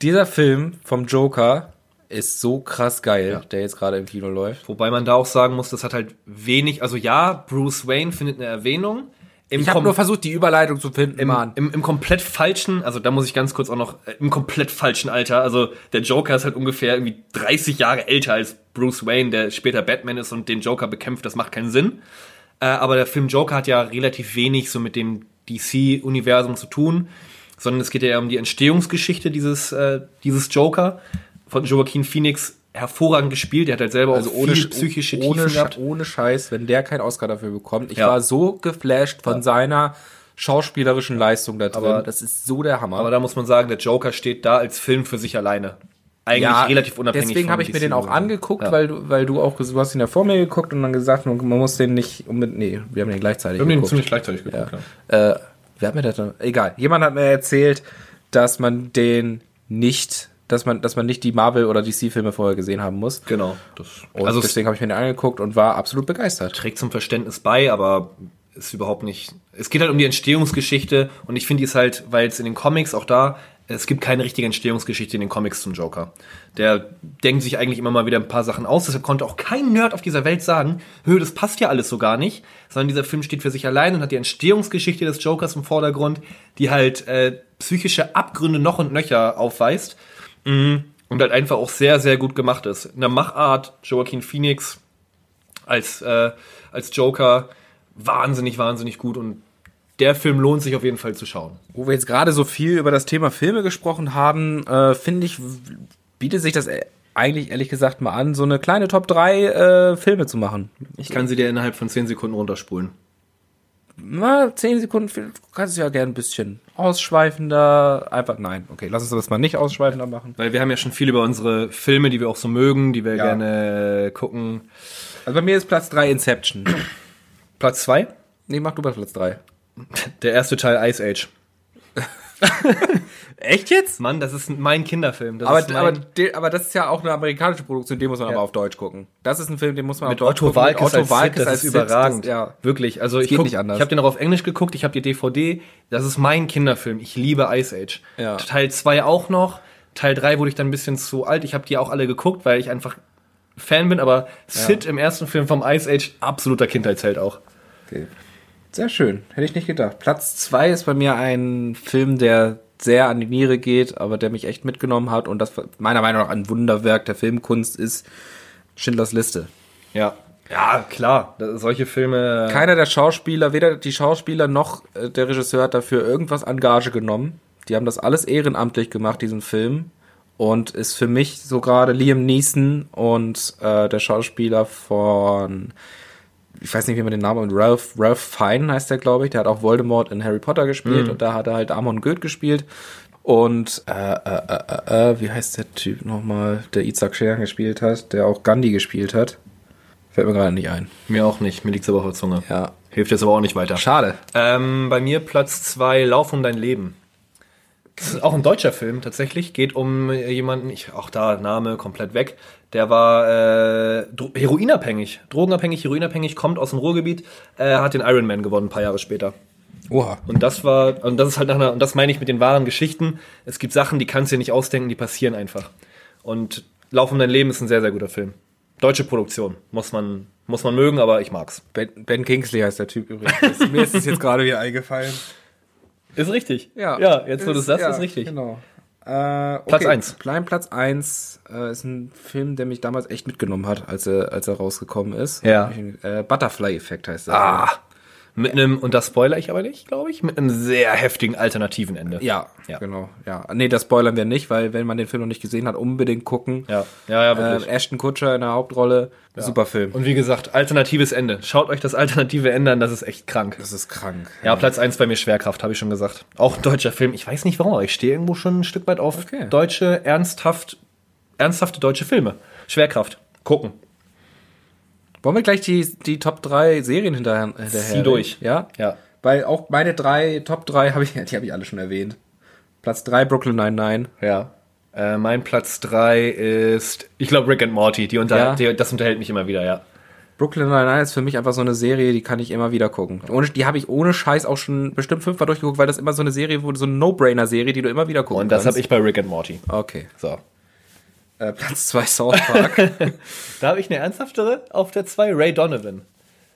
Dieser Film vom Joker ist so krass geil,
Ja.
der jetzt gerade im Kino läuft.
wobei man da auch sagen muss, das hat halt wenig. Also ja, Bruce Wayne findet eine Erwähnung. Im
Ich habe
Kom-
nur versucht, die Überleitung zu finden,
im,
Mann.
Im, Im komplett falschen, also da muss ich ganz kurz auch noch, äh, im komplett falschen Alter, also der Joker ist halt ungefähr irgendwie 30 Jahre älter als Bruce Wayne, der später Batman ist und den Joker bekämpft, das macht keinen Sinn. Äh, aber der Film Joker hat ja relativ wenig so mit dem DC-Universum zu tun, sondern es geht ja eher um die Entstehungsgeschichte dieses, äh, dieses Joker von Joaquin Phoenix hervorragend gespielt, der hat halt selber auch ohne viel
Sch-
psychische
Also ohne,
Tiefen
Sch-
gehabt.
ohne Scheiß, wenn der keinen Oscar dafür bekommt. Ich
Ja.
war so geflasht von seiner schauspielerischen Leistung da drin.
Aber-
das ist so der Hammer.
Aber da muss man sagen, der Joker steht da als Film für sich alleine. Eigentlich relativ unabhängig
Deswegen
vom
habe ich mir
DC
den auch
Universum.
angeguckt,
Ja.
weil du, weil du auch, ges- du hast ihn ja vor mir geguckt und dann gesagt, man man muss den nicht unbedingt, nee, wir haben den gleichzeitig
Wir haben den
geguckt.
ziemlich gleichzeitig geguckt. Ja.
äh, wer hat mir das denn? Egal. Jemand hat mir erzählt, dass man den nicht, dass man, dass man nicht die Marvel- oder DC-Filme vorher gesehen haben muss.
Genau. Das,
Und
also
also
es
deswegen habe ich mir den angeguckt und war absolut begeistert.
trägt zum Verständnis bei, aber ist überhaupt nicht. Es geht halt um die Entstehungsgeschichte und ich finde die ist halt, weil es in den Comics auch da, es gibt keine richtige Entstehungsgeschichte in den Comics zum Joker. Der denkt sich eigentlich immer mal wieder ein paar Sachen aus, deshalb konnte auch kein Nerd auf dieser Welt sagen, hö, das passt ja alles so gar nicht, sondern dieser Film steht für sich allein und hat die Entstehungsgeschichte des Jokers im Vordergrund, die halt äh, psychische Abgründe noch und nöcher aufweist Mhm. und halt einfach auch sehr, sehr gut gemacht ist. In der Machart, Joaquin Phoenix, als, äh, als Joker wahnsinnig, wahnsinnig gut und der Film lohnt sich auf jeden Fall zu schauen.
Wo wir jetzt gerade so viel über das Thema Filme gesprochen haben, äh, finde ich, w- bietet sich das e- eigentlich ehrlich gesagt mal an, so eine kleine Top 3 äh, Filme zu machen.
Ich kann sie dir innerhalb von 10 Sekunden runterspulen.
Na, 10 Sekunden viel- kannst du ja gerne ein bisschen ausschweifender, einfach, nein, okay, lass uns das mal nicht ausschweifender machen.
Weil wir haben ja schon viel über unsere Filme, die wir auch so mögen, die wir
Ja.
gerne gucken.
Also bei mir ist Platz 3 Inception.
Platz 2,
nee, mach du mal Platz 3.
der erste Teil Ice Age.
Echt jetzt?
Mann, das ist mein Kinderfilm. Das ist
Aber,
mein,
aber, de, aber das ist ja auch eine amerikanische Produktion, den muss man aber auf Deutsch gucken. Das ist ein Film, den muss man
mit
auf Deutsch
Otto
gucken. Mit
Walkes als, Sid, das ist
Sid,
überragend.
das- ja.
Wirklich, also ich,
geht
guck-
nicht anders.
ich habe den auch auf Englisch geguckt, ich habe die DVD, das ist mein Kinderfilm. Ich liebe Ice Age.
Ja.
Teil 2 auch noch, Teil 3 wurde ich dann ein bisschen zu alt. Ich habe die auch alle geguckt, weil ich einfach Fan bin, aber Sid im ersten Film vom Ice Age absoluter Kindheitsheld auch.
Okay. Sehr schön, hätte ich nicht gedacht. Platz zwei ist bei mir ein Film, der sehr an die Niere geht, aber der mich echt mitgenommen hat und das meiner Meinung nach ein Wunderwerk der Filmkunst ist Schindlers Liste.
Ja. Ja, klar, das, solche Filme
Keiner der Schauspieler, weder die Schauspieler noch äh, der Regisseur hat dafür irgendwas an Gage genommen. Die haben das alles ehrenamtlich gemacht, diesen Film. Und ist für mich so gerade Liam Neeson und äh, der Schauspieler von, ich weiß nicht, wie man den Namen, Ralph, Ralph Fine heißt der, glaube ich. Der hat auch Voldemort in Harry Potter gespielt und da hat er halt Amon Goeth gespielt. Und, äh, äh, äh, äh, wie heißt der Typ nochmal, der Isaac Sheehan gespielt hat, der auch Gandhi gespielt hat? Fällt mir gerade nicht ein.
mir auch nicht, mir liegt's aber auf der Zunge.
Ja,
Hilft jetzt aber auch nicht weiter.
Schade.
Ähm, bei mir Platz zwei Lauf um dein Leben. Das ist auch ein deutscher Film tatsächlich. Geht um äh, jemanden, ich, auch da Name komplett weg. Der war äh, dro heroinabhängig, drogenabhängig, heroinabhängig, kommt aus dem Ruhrgebiet, äh, hat den Ironman gewonnen ein paar Jahre später.
Oha.
Und das war, und das ist halt nach einer, und das meine ich mit den wahren Geschichten. Es gibt Sachen, die kannst du dir nicht ausdenken, die passieren einfach. Und Lauf um dein Leben ist ein sehr, sehr guter Film. Deutsche Produktion. Muss man, muss man mögen, aber ich mag's.
Ben, ben Kingsley heißt der Typ übrigens. Mir ist es jetzt gerade wieder eingefallen.
Ist richtig. Ja, jetzt wo du es sagst,
ja,
ist richtig.
Genau. Äh, okay.
Platz eins.
Klein Platz 1 äh, ist ein Film, der mich damals echt mitgenommen hat, als er, als er rausgekommen ist.
Ja.
Äh, Butterfly-Effekt heißt das.
Ah. Mit einem, und das spoiler ich aber nicht, glaube ich, mit einem sehr heftigen alternativen Ende.
Ja,
Ja.
genau. Ja. Nee, das spoilern wir nicht, weil wenn man den Film noch nicht gesehen hat, unbedingt gucken.
Ja, ja, ja wirklich.
Äh, Ashton Kutscher in der Hauptrolle. Super Film.
Und wie gesagt, alternatives Ende. Schaut euch das alternative Ende an, das ist echt krank.
Das ist krank.
Ja, Platz eins bei mir Schwerkraft, habe ich schon gesagt. Auch ein deutscher Film. Ich weiß nicht warum, aber ich stehe irgendwo schon ein Stück weit auf
Okay.
deutsche, ernsthaft, ernsthafte deutsche Filme. Schwerkraft. Gucken.
Wollen wir gleich die, die Top 3 Serien hinterher? hinterher
Zieh durch.
Ja?
Ja.
Weil auch meine drei, Top 3 habe ich, die habe ich alle schon erwähnt. Platz 3 Brooklyn 99.
Ja. Äh, mein Platz drei ist, ich glaube, Rick and Morty. Die unter
Ja.
die, das unterhält mich immer wieder, ja.
Brooklyn Nine-Nine ist für mich einfach so eine Serie, die kann ich immer wieder gucken. Ohne, die habe ich ohne Scheiß auch schon bestimmt fünfmal durchgeguckt, weil das immer so eine Serie wurde, so eine No-Brainer-Serie, die du immer wieder gucken
Und das
kannst.
habe ich bei Rick and Morty.
Okay.
So.
Äh, Platz 2 South Park.
Da habe ich eine ernsthaftere auf der zwei Ray Donovan.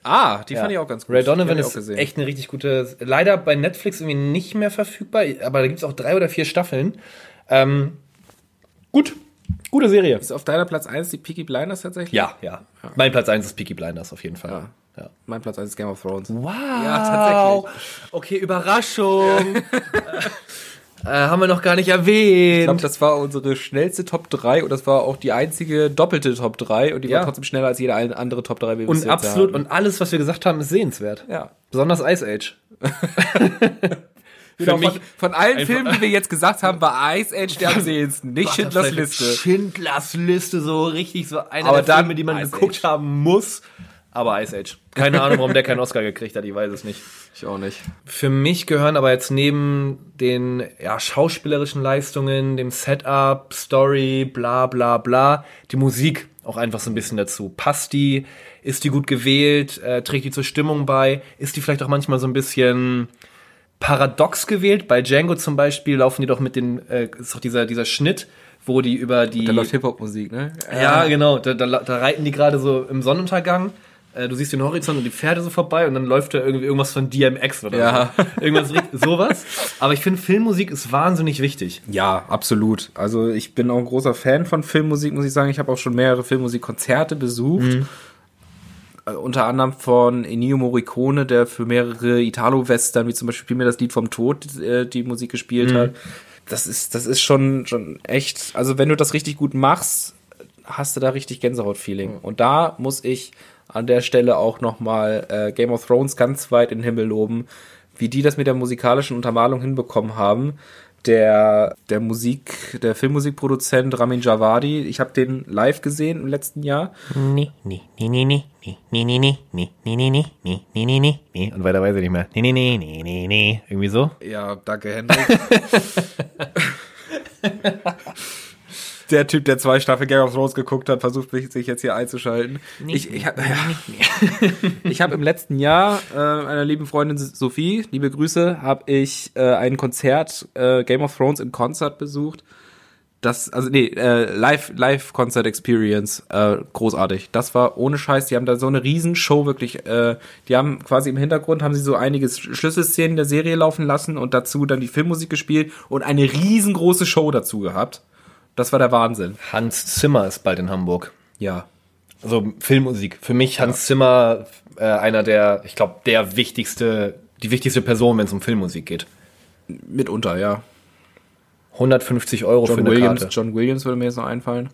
ah, die fand
Ja.
ich auch ganz gut.
Ray
Die
Donovan
hab ich auch
ist
gesehen.
echt eine richtig gute. Leider bei Netflix irgendwie nicht mehr verfügbar, aber da gibt es auch drei oder vier Staffeln. Ähm, gut. Gute Serie.
Ist auf deiner Platz 1 die Peaky Blinders tatsächlich?
Ja, ja. Mein Platz eins ist Peaky Blinders auf jeden Fall. Ja.
Mein Platz 1 ist Game of Thrones.
Wow.
Ja,
Okay, Überraschung. äh, haben wir noch gar nicht erwähnt.
Ich glaube, das war unsere schnellste Top 3 und das war auch die einzige doppelte Top 3 und die
Ja.
war trotzdem schneller als jede ein- andere Top 3. wie wir bis
und
jetzt
absolut,
haben.
und alles, was wir gesagt haben, ist sehenswert.
Ja.
Besonders Ice Age.
Genau,
mich
von, von allen
einfach-
Filmen, die wir jetzt gesagt haben, war Ice Age der am sehendsten. Nicht Schindlers Liste.
Schindlers Liste, so richtig so einer
Aber
der
dann
Filme, die man
Ice
geguckt
Age.
haben muss. Aber Ice Age. Keine Ahnung, warum der keinen Oscar gekriegt hat, ich weiß es nicht.
Ich auch nicht.
Für mich gehören aber jetzt neben den ja, schauspielerischen Leistungen, dem Setup, Story, bla bla bla, die Musik auch einfach so ein bisschen dazu. Passt die? Ist die gut gewählt? Äh, trägt die zur Stimmung bei? Ist die vielleicht auch manchmal so ein bisschen paradox gewählt? Bei Django zum Beispiel laufen die doch mit den, äh, ist doch dieser, dieser Schnitt, wo die über die...
Da läuft Hip-Hop-Musik, ne?
Ja, genau. Da, da, da reiten die gerade so im Sonnenuntergang. Äh, Du siehst den Horizont und die Pferde so vorbei und dann läuft da irgendwie irgendwas von DMX oder
Ja.
so. Irgendwas richt- sowas. Aber ich finde, Filmmusik ist wahnsinnig wichtig.
Ja, absolut. Also ich bin auch ein großer Fan von Filmmusik, muss ich sagen. Ich habe auch schon mehrere Filmmusikkonzerte besucht. Äh, Unter anderem von Ennio Morricone, der für mehrere Italo-Western, wie zum Beispiel mir das Lied vom Tod, äh, die Musik gespielt hat. Das ist, das ist schon, schon echt, also wenn du das richtig gut machst, hast du da richtig Gänsehaut-Feeling. Und da muss ich an der Stelle auch nochmal äh, Game of Thrones ganz weit in den Himmel loben, wie die das mit der musikalischen Untermalung hinbekommen haben. Der, der Musik, der Filmmusikproduzent Ramin Javadi, ich habe den live gesehen im letzten Jahr.
Nee, nee, nee, nee, nee, nee, nee, nee, nee, nee, nee, nee, nee, nee, nee, nee, nee, nee.
Und weiter weiß ich nicht mehr. Nee, nee, nee, nee, nee, nee. Irgendwie so.
Ja, danke, Hendrik. der Typ, der zwei Staffeln Game of Thrones geguckt hat, versucht mich- sich jetzt hier einzuschalten. ich ich habe ich hab im letzten Jahr äh, einer lieben Freundin Sophie, liebe Grüße, habe ich äh, ein Konzert äh, Game of Thrones in Konzert besucht. Das, also nee, äh, live, live Concert Experience, äh, großartig. Das war ohne Scheiß, die haben da so eine Riesenshow wirklich, äh, die haben quasi im Hintergrund, haben sie so einige Sch- Schlüsselszenen der Serie laufen lassen und dazu dann die Filmmusik gespielt und eine riesengroße Show dazu gehabt. Das war der Wahnsinn.
Hans Zimmer ist bald in Hamburg.
Ja.
Also Filmmusik. Für mich Hans Zimmer äh, einer der, ich glaube, der wichtigste, die wichtigste Person, wenn es um Filmmusik geht.
Mitunter, ja.
150 Euro für
John
eine
Williams,
Karte.
John Williams würde mir jetzt noch einfallen.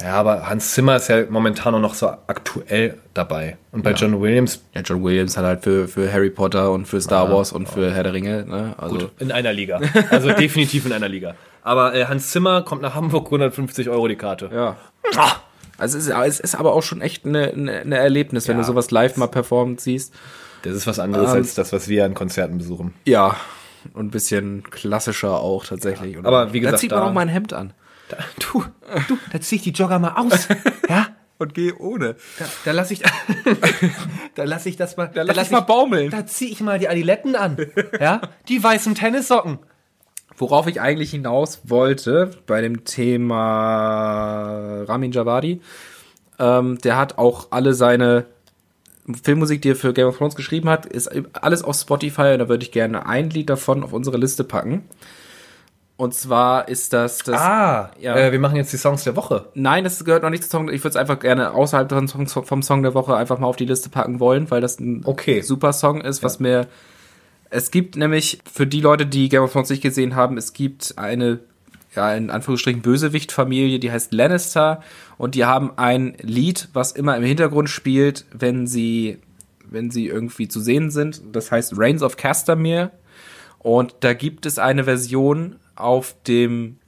Ja, aber Hans Zimmer ist ja momentan auch noch so aktuell dabei. Und bei John Williams
Ja, John Williams hat halt für, für Harry Potter und für Star Wars und für Herr der Ringe, ne? Also.
in einer Liga. Also definitiv in einer Liga. Aber äh, Hans Zimmer kommt nach Hamburg 150 Euro die Karte.
Ja.
Ah,
Also es ist, es ist aber auch schon echt ein eine, eine Erlebnis, wenn
Ja.
du sowas live mal performt siehst.
Das ist was anderes
Ähm,
als das, was wir an Konzerten besuchen.
Ja, und ein bisschen klassischer auch tatsächlich. Und
aber wie
da
gesagt,
zieht man
da-
auch mal ein Hemd an.
Du, du, da zieh ich die Jogger mal aus. Ja?
Und geh ohne.
Da, da lass ich, da lass ich das mal, da,
lass
lass
ich mal baumeln.
Da zieh ich mal die Adiletten an. Ja? Die weißen Tennissocken.
Worauf ich eigentlich hinaus wollte bei dem Thema Ramin Javadi, ähm, der hat auch alle seine Filmmusik, die er für Game of Thrones geschrieben hat, ist alles auf Spotify und da würde ich gerne ein Lied davon auf unsere Liste packen. Und zwar ist das das.
Ah,
Ja.
äh, wir machen jetzt die Songs der Woche.
Nein, das gehört noch nicht zu Song. Ich würde es einfach gerne außerhalb des Songs- vom Song der Woche einfach mal auf die Liste packen wollen, weil das ein
Okay.
super Song ist, was mir. Es gibt nämlich für die Leute, die Game of Thrones nicht gesehen haben, es gibt eine, ja, in Anführungsstrichen Bösewicht-Familie, die heißt Lannister und die haben ein Lied, was immer im Hintergrund spielt, wenn sie, wenn sie irgendwie zu sehen sind. Das heißt Reigns of Castamere und da gibt es eine Version auf dem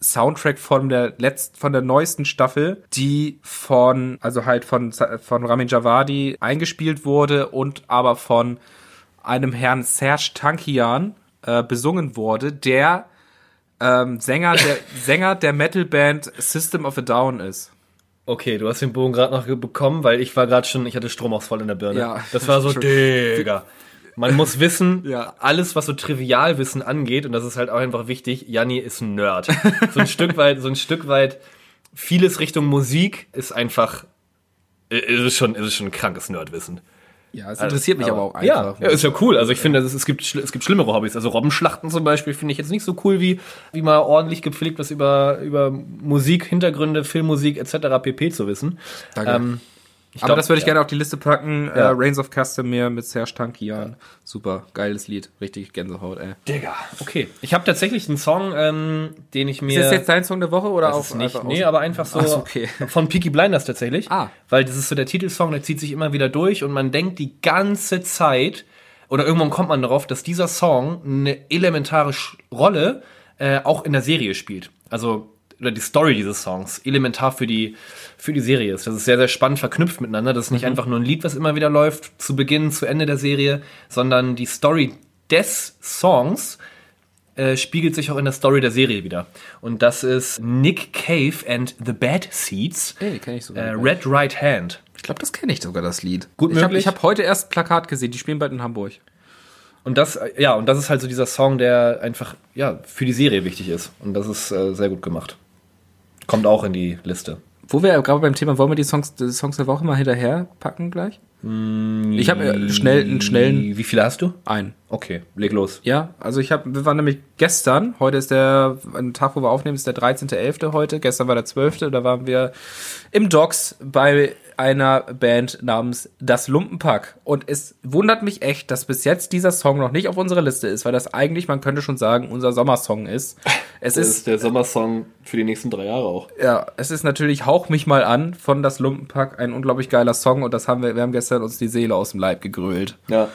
Soundtrack von der letzten, von der neuesten Staffel, die von, also halt von, von Ramin Javadi eingespielt wurde und aber von einem Herrn Serge Tankian äh, besungen wurde, der ähm, Sänger der Sänger der Metalband System of a Down ist.
Okay, du hast den Bogen gerade noch ge- bekommen, weil ich war gerade schon, ich hatte Stromausfall in der Birne.
Ja.
Das war so, Digga. Man muss wissen,
Ja.
alles, was so Trivialwissen angeht, und das ist halt auch einfach wichtig, Janni ist ein Nerd. So ein Stück weit, so ein Stück weit, vieles Richtung Musik ist einfach, äh, ist es schon, ist es schon ein krankes Nerdwissen.
Ja, es interessiert mich aber, auch
Ja,
einfach. ne?
ja, ist ja cool. Also ich finde, es, es, gibt, schl- es gibt schlimmere Hobbys. Also Robbenschlachten zum Beispiel finde ich jetzt nicht so cool, wie, wie mal ordentlich gepflegt was über, über Musik, Hintergründe, Filmmusik etc. pp. zu wissen.
Danke.
ich
Ähm, aber
glaub,
das würde ich
ja.
gerne auf die Liste packen.
Ja.
Äh, Reigns of Castamere mit Serge Tankian. Super, geiles Lied. Richtig Gänsehaut, ey.
Digga. Okay. Ich habe tatsächlich einen Song, ähm, den ich mir...
Ist das jetzt dein Song der Woche oder
Das
auch
ist nicht,
einfach
nee,
aus-
aber einfach so
Ach so, okay.
von Peaky Blinders tatsächlich.
Ah.
Weil das ist so der Titelsong, der zieht sich immer wieder durch und man denkt die ganze Zeit, oder irgendwann kommt man darauf, dass dieser Song eine elementare Sch- Rolle äh, auch in der Serie spielt. Also, oder die Story dieses Songs, elementar für die, für die Serie ist. Das ist sehr, sehr spannend verknüpft miteinander. Das ist
Mhm.
nicht einfach nur ein Lied, was immer wieder läuft, zu Beginn, zu Ende der Serie, sondern die Story des Songs äh, spiegelt sich auch in der Story der Serie wieder. Und das ist Nick Cave and the Bad Seeds.
Ey, kenn ich sogar.
Äh, Red Right Hand.
Ich glaube, das kenne ich sogar, das Lied.
Gut
ich habe
möglich.
hab heute erst ein Plakat gesehen, die spielen bald in Hamburg.
Und das, äh, ja, und das ist halt so dieser Song, der einfach, ja, für die Serie wichtig ist. Und das ist äh, sehr gut gemacht. Kommt auch in die Liste.
Wo wir gerade beim Thema, wollen wir die Songs, die Songs der Woche mal hinterher packen gleich? Ich habe schnell einen schnellen
Wie viele hast du?
Mm. ein.
Okay, leg los.
Ja, also ich habe, wir waren nämlich gestern, heute ist der, ein Tag, wo wir aufnehmen, ist der 13.11. heute, gestern war der 12., da waren wir im Docks bei einer Band namens Das Lumpenpack. Und es wundert mich echt, dass bis jetzt dieser Song noch nicht auf unserer Liste ist, weil das eigentlich, man könnte schon sagen, unser Sommersong ist. Es ist
der Sommersong für die nächsten drei Jahre auch.
ja, es ist natürlich Hauch mich mal an von das Lumpenpack, ein unglaublich geiler Song und das haben wir, wir haben gestern uns die Seele aus dem Leib gegrölt.
Ja.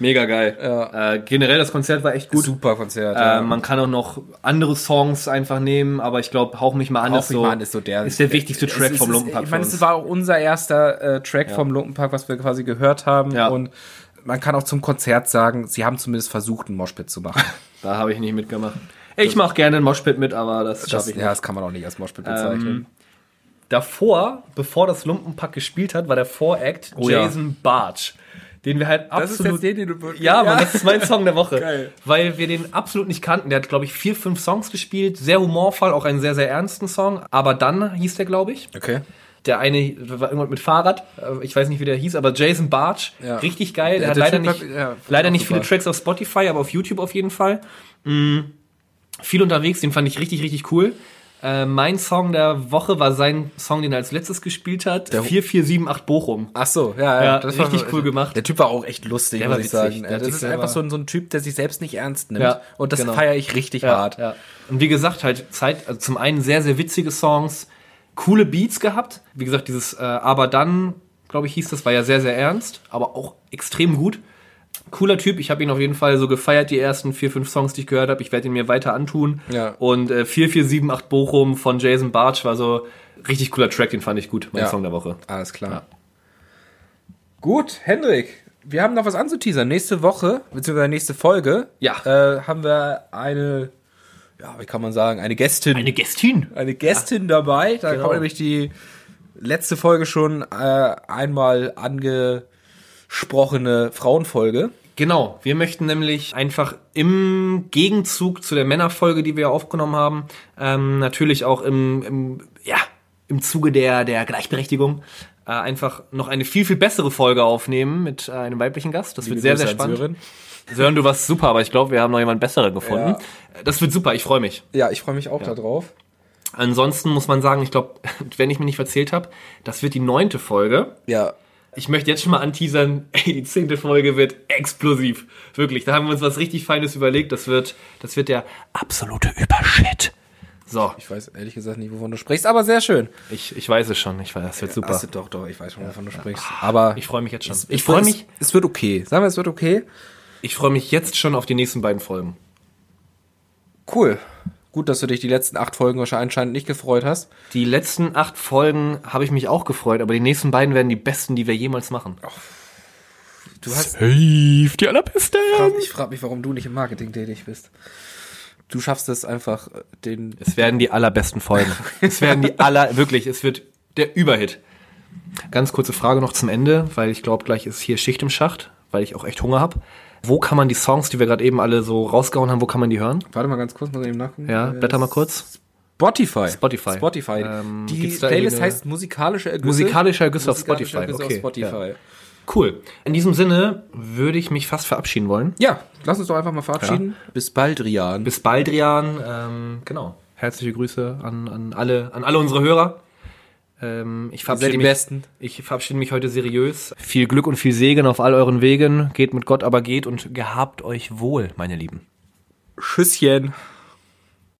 Mega geil. Äh, generell, das Konzert war echt gut.
Super Konzert.
Äh, man kann auch noch andere Songs einfach nehmen, aber ich glaube, Hauch mich mal an,
Hauch
ist,
mich
so,
mal an ist so der-
ist der wichtigste Track vom Lumpenpack.
Ich
für
meine,
uns.
es war auch unser erster äh, Track vom Lumpenpack, was wir quasi gehört haben
Ja.
und man kann auch zum Konzert sagen, sie haben zumindest versucht, einen Moshpit zu machen.
da habe ich nicht mitgemacht. Ich mache gerne einen Moshpit mit, aber das
Das,
schaffe ich nicht. Ähm,
ja, das kann man auch nicht als Moshpit bezeichnen.
Davor, bevor das Lumpenpack gespielt hat, war der Voract
ja.
Jason Bartsch, den wir halt absolut...
den du wirklich...
ja, Mann, das ist mein Song der Woche.
Geil.
Weil wir den absolut nicht kannten. Der hat, glaube ich, vier, fünf Songs gespielt. Sehr humorvoll, auch einen sehr, sehr ernsten Song. Aber dann hieß der, glaube ich.
Okay.
Der eine war irgendwann mit Fahrrad, äh, ich weiß nicht, wie der hieß, aber Jason Bartsch,
Ja.
richtig geil. Der,
Der-
hat
der
leider
Typ
nicht,
hat- ja,
leider
auch
nicht viele
super.
Tracks auf Spotify, aber auf YouTube auf jeden Fall. Mm, viel unterwegs, den fand ich richtig, richtig cool. Äh, mein Song der Woche war sein Song, den er als letztes gespielt hat, 4478 Bochum.
Ach so, ja,
Ja, richtig cool gemacht.
Der Typ war auch echt lustig,
Der war
muss ich
witzig.
sagen.
Der
Ja,
hat
Das
sich
ist
selber-
einfach so ein, so ein Typ, der sich selbst nicht ernst nimmt.
Ja,
und das
genau.
feiere ich richtig hart.
Ja. Und wie gesagt, halt Zeit, also zum einen sehr, sehr witzige Songs, coole Beats gehabt. Wie gesagt, dieses äh, Aber dann, glaube ich, hieß das, war ja sehr, sehr ernst, aber auch extrem gut. Cooler Typ, ich habe ihn auf jeden Fall so gefeiert, die ersten vier, fünf Songs, die ich gehört habe. Ich werde ihn mir weiter antun.
Ja.
Und äh, 4478 Bochum von Jason Bartsch war so richtig cooler Track, den fand ich gut, mein
Ja.
Song der Woche.
Alles klar. Gut, Hendrik, wir haben noch was anzuteasern. Nächste Woche, beziehungsweise nächste Folge,
Ja.
äh, haben wir eine, ja, wie kann man sagen, eine Gästin.
Eine Gästin.
eine Gästin dabei. Da
Genau.
kommt nämlich die letzte Folge schon äh, einmal angesprochene Frauenfolge.
Genau, wir möchten nämlich einfach im Gegenzug zu der Männerfolge, die wir aufgenommen haben, ähm, natürlich auch im, im, ja, im Zuge der, der Gleichberechtigung äh, einfach noch eine viel, viel bessere Folge aufnehmen mit äh, einem weiblichen Gast. Das wird sehr, sehr
Grüße an
spannend. Sören.
Sören.
du warst super, aber ich glaube, wir haben noch jemand Besseren gefunden. Äh, Das wird super, ich freue mich.
Ja, ich freue mich auch darauf.
Ansonsten muss man sagen, ich glaube, wenn ich mich nicht verzählt habe, das wird die neunte Folge.
Ja.
Ich möchte jetzt schon mal anteasern, ey, die zehnte Folge wird explosiv. Wirklich, da haben wir uns was richtig Feines überlegt. Das wird, das wird der absolute Übershit. So,
Ich weiß ehrlich gesagt nicht, wovon du sprichst, aber sehr schön.
ich, ich weiß es schon. Ich weiß, das wird super.
Hast du doch, doch, ich weiß schon, wovon du sprichst. Aber
Ich freue mich jetzt schon.
es-
Ich freue mich,
Es, es wird okay. Sagen wir, es wird okay.
ich freue mich jetzt schon auf die nächsten beiden Folgen.
Cool. Gut, dass du dich die letzten acht Folgen wahrscheinlich anscheinend nicht gefreut hast.
Die letzten acht Folgen habe ich mich auch gefreut, aber die nächsten beiden werden die besten, die wir jemals machen.
Du hast,
Safe, die allerbeste.
ich frage mich, warum du nicht im Marketing tätig bist. Du schaffst es einfach, äh, den
Es werden die allerbesten Folgen. es werden die aller, wirklich, es wird der Überhit. Ganz kurze Frage noch zum Ende, weil ich glaube, gleich ist hier Schicht im Schacht, weil ich auch echt Hunger habe. Wo kann man die Songs, die wir gerade eben alle so rausgehauen haben, wo kann man die hören?
Warte mal ganz kurz, muss ich eben nachgucken.
Ja,
Äh,
blätter mal kurz.
Spotify.
Spotify.
Spotify.
Ähm,
die
gibt's da
Playlist
irgendeine-
heißt musikalische Ergüsse.
Musikalischer Ergüsse auf
Musikalische
Spotify.
Ergüsse
okay.
auf Spotify.
Ja. Cool. In diesem Sinne würde ich mich fast verabschieden wollen.
Ja. lass uns doch einfach mal verabschieden. Bis bald, Rian.
Bis bald, Rian. Ähm, genau. Herzliche Grüße an, an, alle, an alle unsere Hörer. Ähm, ich verabschiede
seid die
mich,
Besten.
Ich verabschiede mich heute seriös. Viel Glück und viel Segen auf all euren Wegen. Geht mit Gott, aber geht und gehabt euch wohl, meine Lieben.
Tschüsschen.